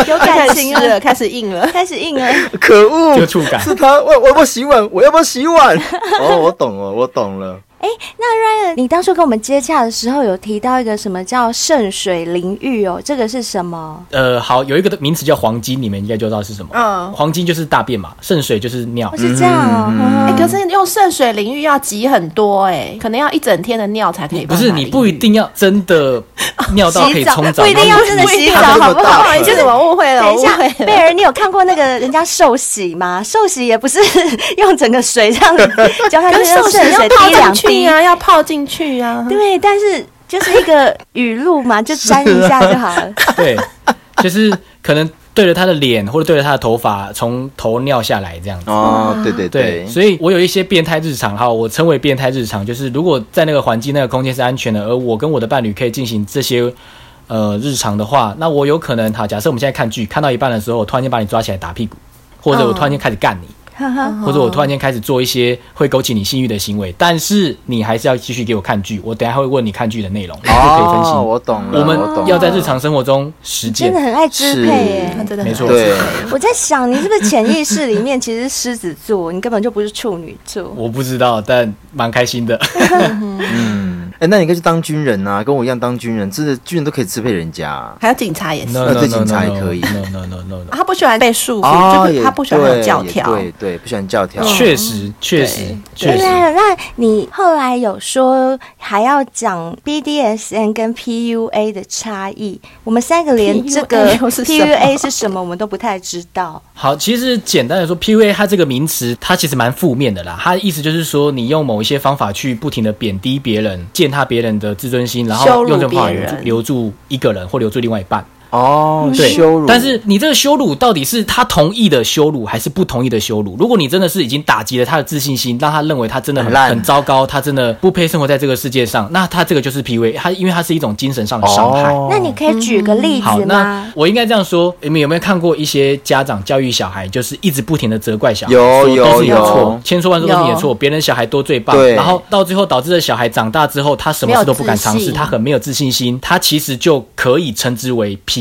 有
开
感
始
情
湿
了，
了，开始硬了。
开始硬了。
可恶，
就触感
是他。我我要不要洗碗？我要不要洗碗？ 哦，我懂了，我懂了。
那 Ryan，你当初跟我们接洽的时候，有提到一个什么叫圣水淋浴哦？这个是什么？
呃，好，有一个名词叫黄金，你们应该就知道是什么。
嗯
黄金就是大便嘛，圣水就是尿
哦，。是这样哦。嗯
哎、可是用圣水淋浴要挤很多哎、可能要一整天的尿才可以
不
办法
是
淋浴。
你不一定要真的尿到可以冲澡，
不一定要真的洗澡，好不好？
不好意思，我误会了，
等一
我哦误
下
会，了。
贝尔，你有看过那个人家寿喜吗？ 寿喜也不是用整个水这样子浇下去，
可是
用
圣水
圣
要
水
泡
滴两
进去
滴。
啊，要泡进去啊。
对，但是就是一个语录嘛，就沾一下就好 了。
对， 就是可能对着他的脸或者对着他的头发，从头尿下来这样子。
哦，对对
对，所以我有一些变态日常哈，我称为变态日常，就是如果在那个环境、那个空间是安全的，而我跟我的伴侣可以进行这些呃日常的话，那我有可能哈，假设我们现在看剧看到一半的时候，我突然间把你抓起来打屁股，或者我突然间开始干你，
哦
或者我突然间开始做一些会勾起你性欲的行为，但是你还是要继续给我看剧，我等一下会问你看剧的内容，我们就可以分析。
哦，我懂了，
我
我懂
们
了
要在日常生活中实践
真的。很爱支配耶、
他真的很
没错
对，
我在想，你是不是潜意识里面其实是狮子座，你根本就不是处女座？
我不知道，但蛮开心的。
嗯，哎，那你可以去当军人啊，跟我一样当军人，真的军人都可以支配人家啊。
还有警察也是。
no
那
no
对
no
警
no
察
no
也可以
no no no no no。
他不喜欢被束
哦
缚，就是
也
他不喜欢有
对
教
也
条。
对对，不喜欢教条。
确实，确实，确
对
实，
啊，那你后来有说还要讲 BDSN 跟 PUA 的差异，我们三个连
PUA
这个
又是什么
PUA 是什么我们都不太知道。
好，其实简单的说，PUA 它这个名词，它其实蛮负面的啦。它意思就是说，你用某一些方法去不停的贬低别人，践踏别人的自尊心，然后
羞辱
用这种方法
别
留住
人
留住一个人或留住另外一半。
哦，
对，
羞辱。
但是你这个羞辱到底是他同意的羞辱，还是不同意的羞辱？如果你真的是已经打击了他的自信心，让他认为他真的很
很烂
很糟糕，他真的不配生活在这个世界上，那他这个就是 PUA，他因为他是一种精神上的伤害。
哦
那你可以举个例
好，
子
那
吗？
我应该这样说：你们有没有看过一些家长教育小孩，就是一直不停的责怪小孩，
有
说都是你的
有
错
有，
千错万错都是你的错，别人小孩多最棒，
对
然后到最后导致了小孩长大之后，他什么事都不敢尝
没有自
试，
信
他很没有自信心，他其实就可以称之为 PUA。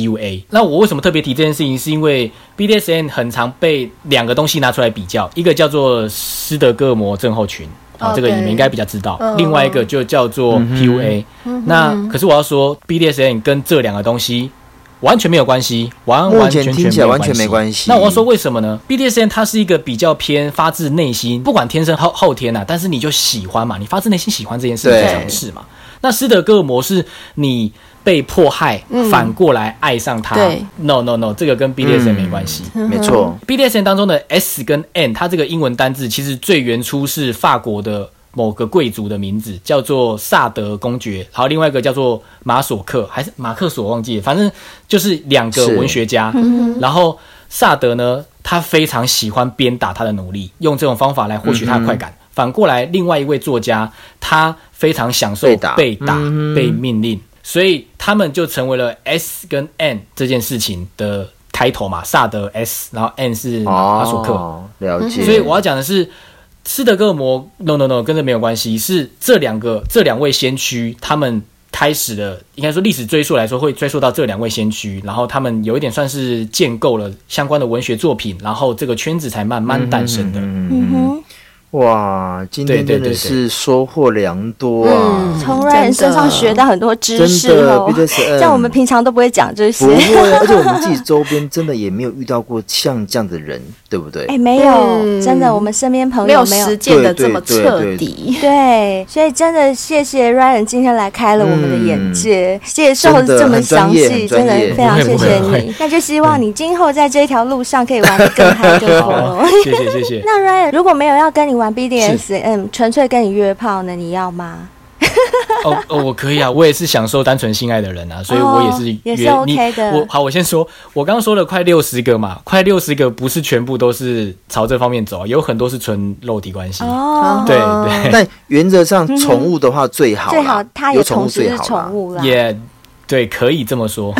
那我为什么特别提这件事情，是因为 BDSN 很常被两个东西拿出来比较，一个叫做斯德哥尔摩症候群。啊
哦，
这个你们
对
应该比较知道。
嗯
另外一个就叫做
嗯
PUA。那可是我要说，BDSN 跟这两个东西完全没有关系，完完全全
目前听起来完全
没
没
有
关系
那我要说为什么呢？BDSM 它是一个比较偏发自内心，不管天生后后天呐、啊，但是你就喜欢嘛，你发自内心喜欢这件事情
对
就尝试嘛。那斯德哥尔摩是你被迫害，
嗯
反过来爱上他。
对
No No No，这个跟 BDSM
嗯
没关系。
没错，
BDSM 当中的 S 跟 N，它这个英文单字其实最原初是法国的某个贵族的名字，叫做萨德公爵，然后另外一个叫做马索克，还是马克索忘记了，反正就是两个
是
文学家。
嗯
然后萨德呢，他非常喜欢鞭打他的奴隶，用这种方法来获取他的快感。反过来，另外一位作家，他非常享受
被打
被打、被命令，所以他们就成为了 S 跟 N 这件事情的开头嘛。萨德 S，然后 N 是嗯阿索克，嗯
哦，了解。
所以我要讲的是，斯德哥尔摩 no no no 跟这没有关系，是这两个这两位先驱他们。开始了，应该说历史追溯来说，会追溯到这两位先驱，然后他们有一点算是建构了相关的文学作品，然后这个圈子才慢慢诞生的。
嗯哼，
哇，今天
对对
真的
对
是收获良多啊！
从 Ryan 身上学到很多
嗯
知识
真的
哦，
BDSM
像我们平常都不会讲这
不
些。
会，而且我们自己周边真的也没有遇到过像这样的人，对不对？
哎，没有，
嗯
真的，我们身边朋
没
友
有
没有
实践的这么彻底。
对，所以真的谢谢 Ryan 今天来开了我们的眼界，介绍
嗯真的
这么
很
详
专业
细，
很
真的
专业
非常谢
不
谢
会不会
你。那就希望你今后在这条路上可以玩得更嗨更疯
好
哦。
谢谢谢谢。
那 Ryan 如果没有要跟你玩 BDSM，纯粹跟你约炮呢，你要吗？
哦哦，我可以啊，我也是享受单纯性爱的人啊，所以我也是
哦也是
约
OK 的
你我好，我先说，我刚刚说了快六十个嘛，快六十个不是全部都是朝这方面走啊，有很多是纯肉体关系。
哦，
对
哦
对，
但原则上，宠物的话最好啦，
最好他也
有宠
同
物
时
最
是
好啦
宠。物啦。
也、对，可以这么说。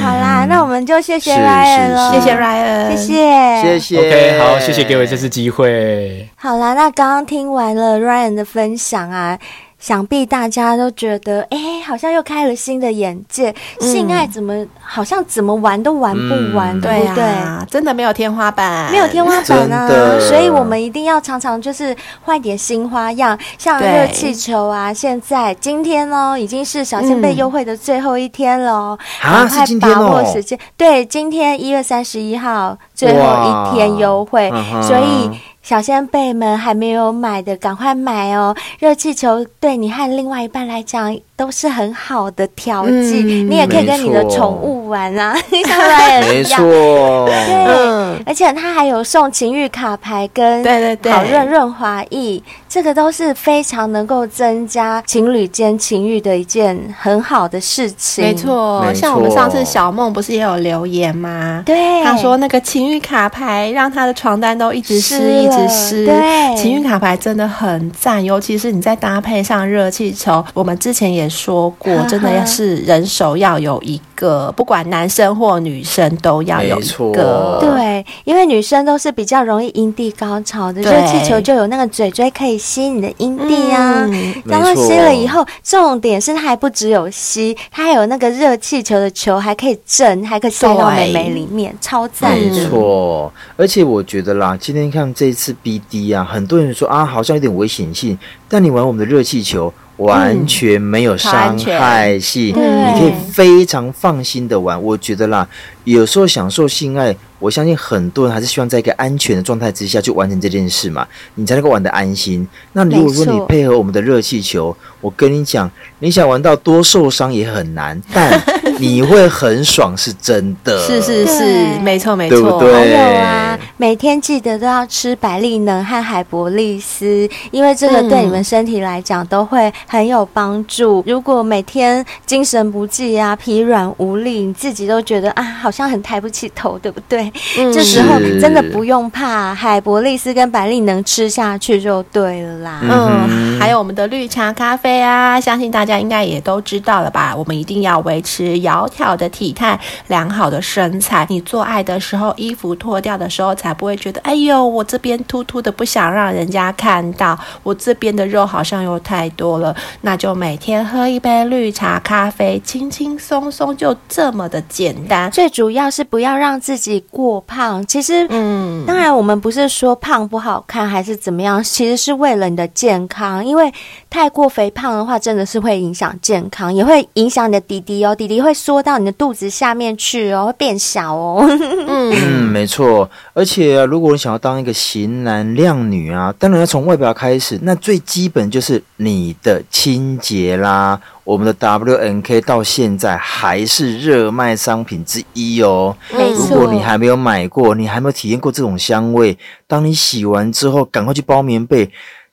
好啦，那我们就谢谢
嗯是
Ryan 喽，
谢谢 Ryan，
嗯谢谢，
谢谢
OK，好，谢谢给我这次机会。
好啦，那刚刚听完了 Ryan 的分享啊，想必大家都觉得，哎、好像又开了新的眼界，性爱怎么好像怎么玩都玩不完，
嗯
对不对？
啊，真的没有天花板，
没有天花板啊
真，的
所以我们一定要常常就是换点新花样，像
对
热气球啊。现在今天哦，已经是小仙
嗯
贝优惠的最后一天了哦，
啊
赶快
是今天
把
哦
握时间。对，今天一月三十一号最后
哇
一天优惠
嗯，哼
所以。小先辈们还没有买的，赶快买哦！热气球对你和另外一半来讲都是很好的调剂，
嗯
你也可以跟你的
没错
宠物玩啊， 像 Ryan
没
一样。
错，
对，
嗯
而且它还有送情欲卡牌跟
对对对
好润润滑液，这个都是非常能够增加情侣间情欲的一件很好的事情。
没，错，
没错
像我们上次小梦不是也有留言吗？
对，
他说那个情欲卡牌让他的床单都一直湿，
湿
一
了
直湿。
对
情欲卡牌真的很赞，尤其是你再搭配上热气球。我们之前也说过，真的要是人手要有一个，不管男生或女生都要有
没
一
错
个。
对，因为女生都是比较容易阴蒂高潮的，所以
对
气球就有那个嘴嘴可以吸你的阴蒂啊。
嗯
然后吸了以后，重点是它还不只有吸，它还有那个热气球的球还可以震，还可以塞到美
对
眉里面，超赞
没
的。
错，而且我觉得啦，今天看这一次 BD 啊，很多人说啊，好像有点危险性，但你玩我们的热气球完全没有伤害性，
嗯
你可以非常放心的玩。我觉得啦，有时候享受性爱，我相信很多人还是希望在一个安全的状态之下去完成这件事嘛，你才能够玩得安心。那如果说
没
你
错
配合我们的热气球，我跟你讲，你想玩到多受伤也很难，但你会很爽，是真的。
是是
对
是，没错没
呃对不
错，
对
还有啊，每天记得都要吃百利能和海博利斯，因为这个对你们身体来讲都会很有帮助。如果每天精神不济啊、疲软无力，你自己都觉得啊，好像很抬不起头，对不对？
嗯
这时候
是
真的不用怕，海博利斯跟百利能吃下去就对了啦。
嗯，还有我们的绿茶咖啡啊，相信大家应该也都知道了吧？我们一定要维持窈窕的体态、良好的身材。你做爱的时候，衣服脱掉的时候，才不会觉得哎呦，我这边突突的，不想让人家看到，我这边的肉好像又太多了。那就每天喝一杯绿茶咖啡，轻轻松松，就这么的简单。
最主要是不要让自己过胖。其实，
嗯，
当然，我们不是说胖不好看还是怎么样，其实是为了你的健康。因为太过肥胖的话，真的是会影响健康，也会影响你的底底哦，底底会缩到你的肚子下面去哦，会变小哦。
嗯，没错。而且、啊、如果你想要当一个型男靓女啊，当然要从外表开始。那最基本就是你的清洁啦。我们的 WNK 到现在还是热卖商品之一哦。
没
如
错
果你还没有买过，你还没有体验过这种香味，当你洗完之后，赶快去包棉被。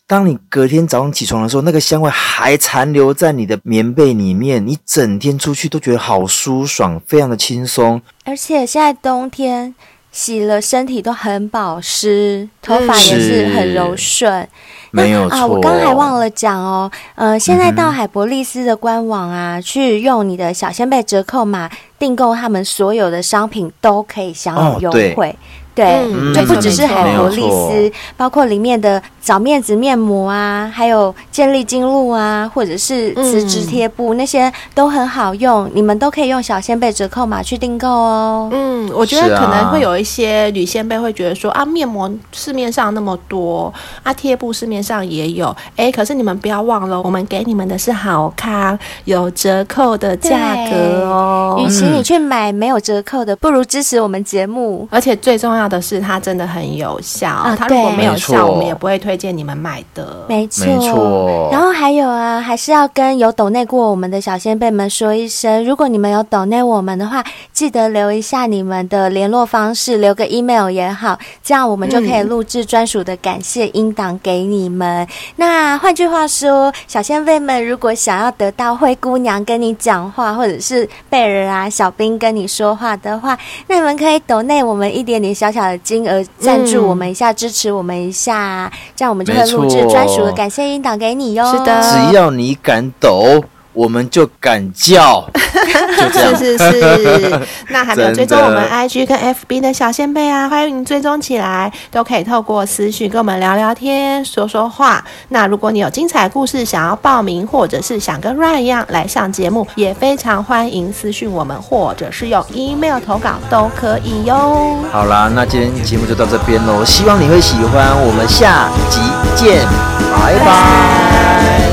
当你隔天早上起床的时候，那个香味还残留在你的棉被里面，你整天出去都觉得好舒爽，非常的轻松。
而且现在冬天洗了，身体都很保湿，头发也是很柔顺。那
没有错。
啊，
嗯
我刚还忘了讲哦，呃，现在到海博利斯的官网啊，去用你的小仙贝折扣码订购他们所有的商品，都可以享
哦
有优
对
惠。对，
嗯
就
没
不
错
只是
没错
海博利
没有
斯，包括里面的找面子面膜啊，还有健力精露啊，或者是磁植贴布、那些都很好用，你们都可以用小仙贝折扣码去订购哦。
嗯，我觉
是
得
啊
可能会有一些女先辈会觉得说啊，面膜市面上那么多，啊，贴布市面上也有，哎，可是你们不要忘了，我们给你们的是好康，有折扣的价格
与
哦。
其你去买没有折扣的，不如支持我们节目。
而且最重要的是，它真的很有效。
啊
它如果
对
没有
没
效，
错
我们也不会推荐你们买的。
没错，
没错
然后还有啊，还是要跟有抖内过我们的小先辈们说一声，如果你们有抖内我们的话，记得留一下你们的联络方式，留个 email 也好，这样我们就可以录制专属的感谢音档给你们。那换句话说，小先辈们如果想要得到灰姑娘跟你讲话，或者是贝尔啊、小兵跟你说话的话，那你们可以抖内我们一点点小小的金额，赞助我们一下，支持我们一下啊，这样我们就会录制
没错
专属的感谢音档给你哟。
是的
只要你敢抖，我们就敢叫，就这样。
是是是， 那还没有
真的
追踪我们 IG 跟 FB 的小先辈啊，欢迎追踪起来，都可以透过私讯跟我们聊聊天、说说话。那如果你有精彩故事想要报名，或者是想跟 Ryan 一样来上节目，也非常欢迎私讯我们，或者是用 email 投稿都可以哟。
好啦，那今天节目就到这边喽，希望你会喜欢，我们下集见，拜拜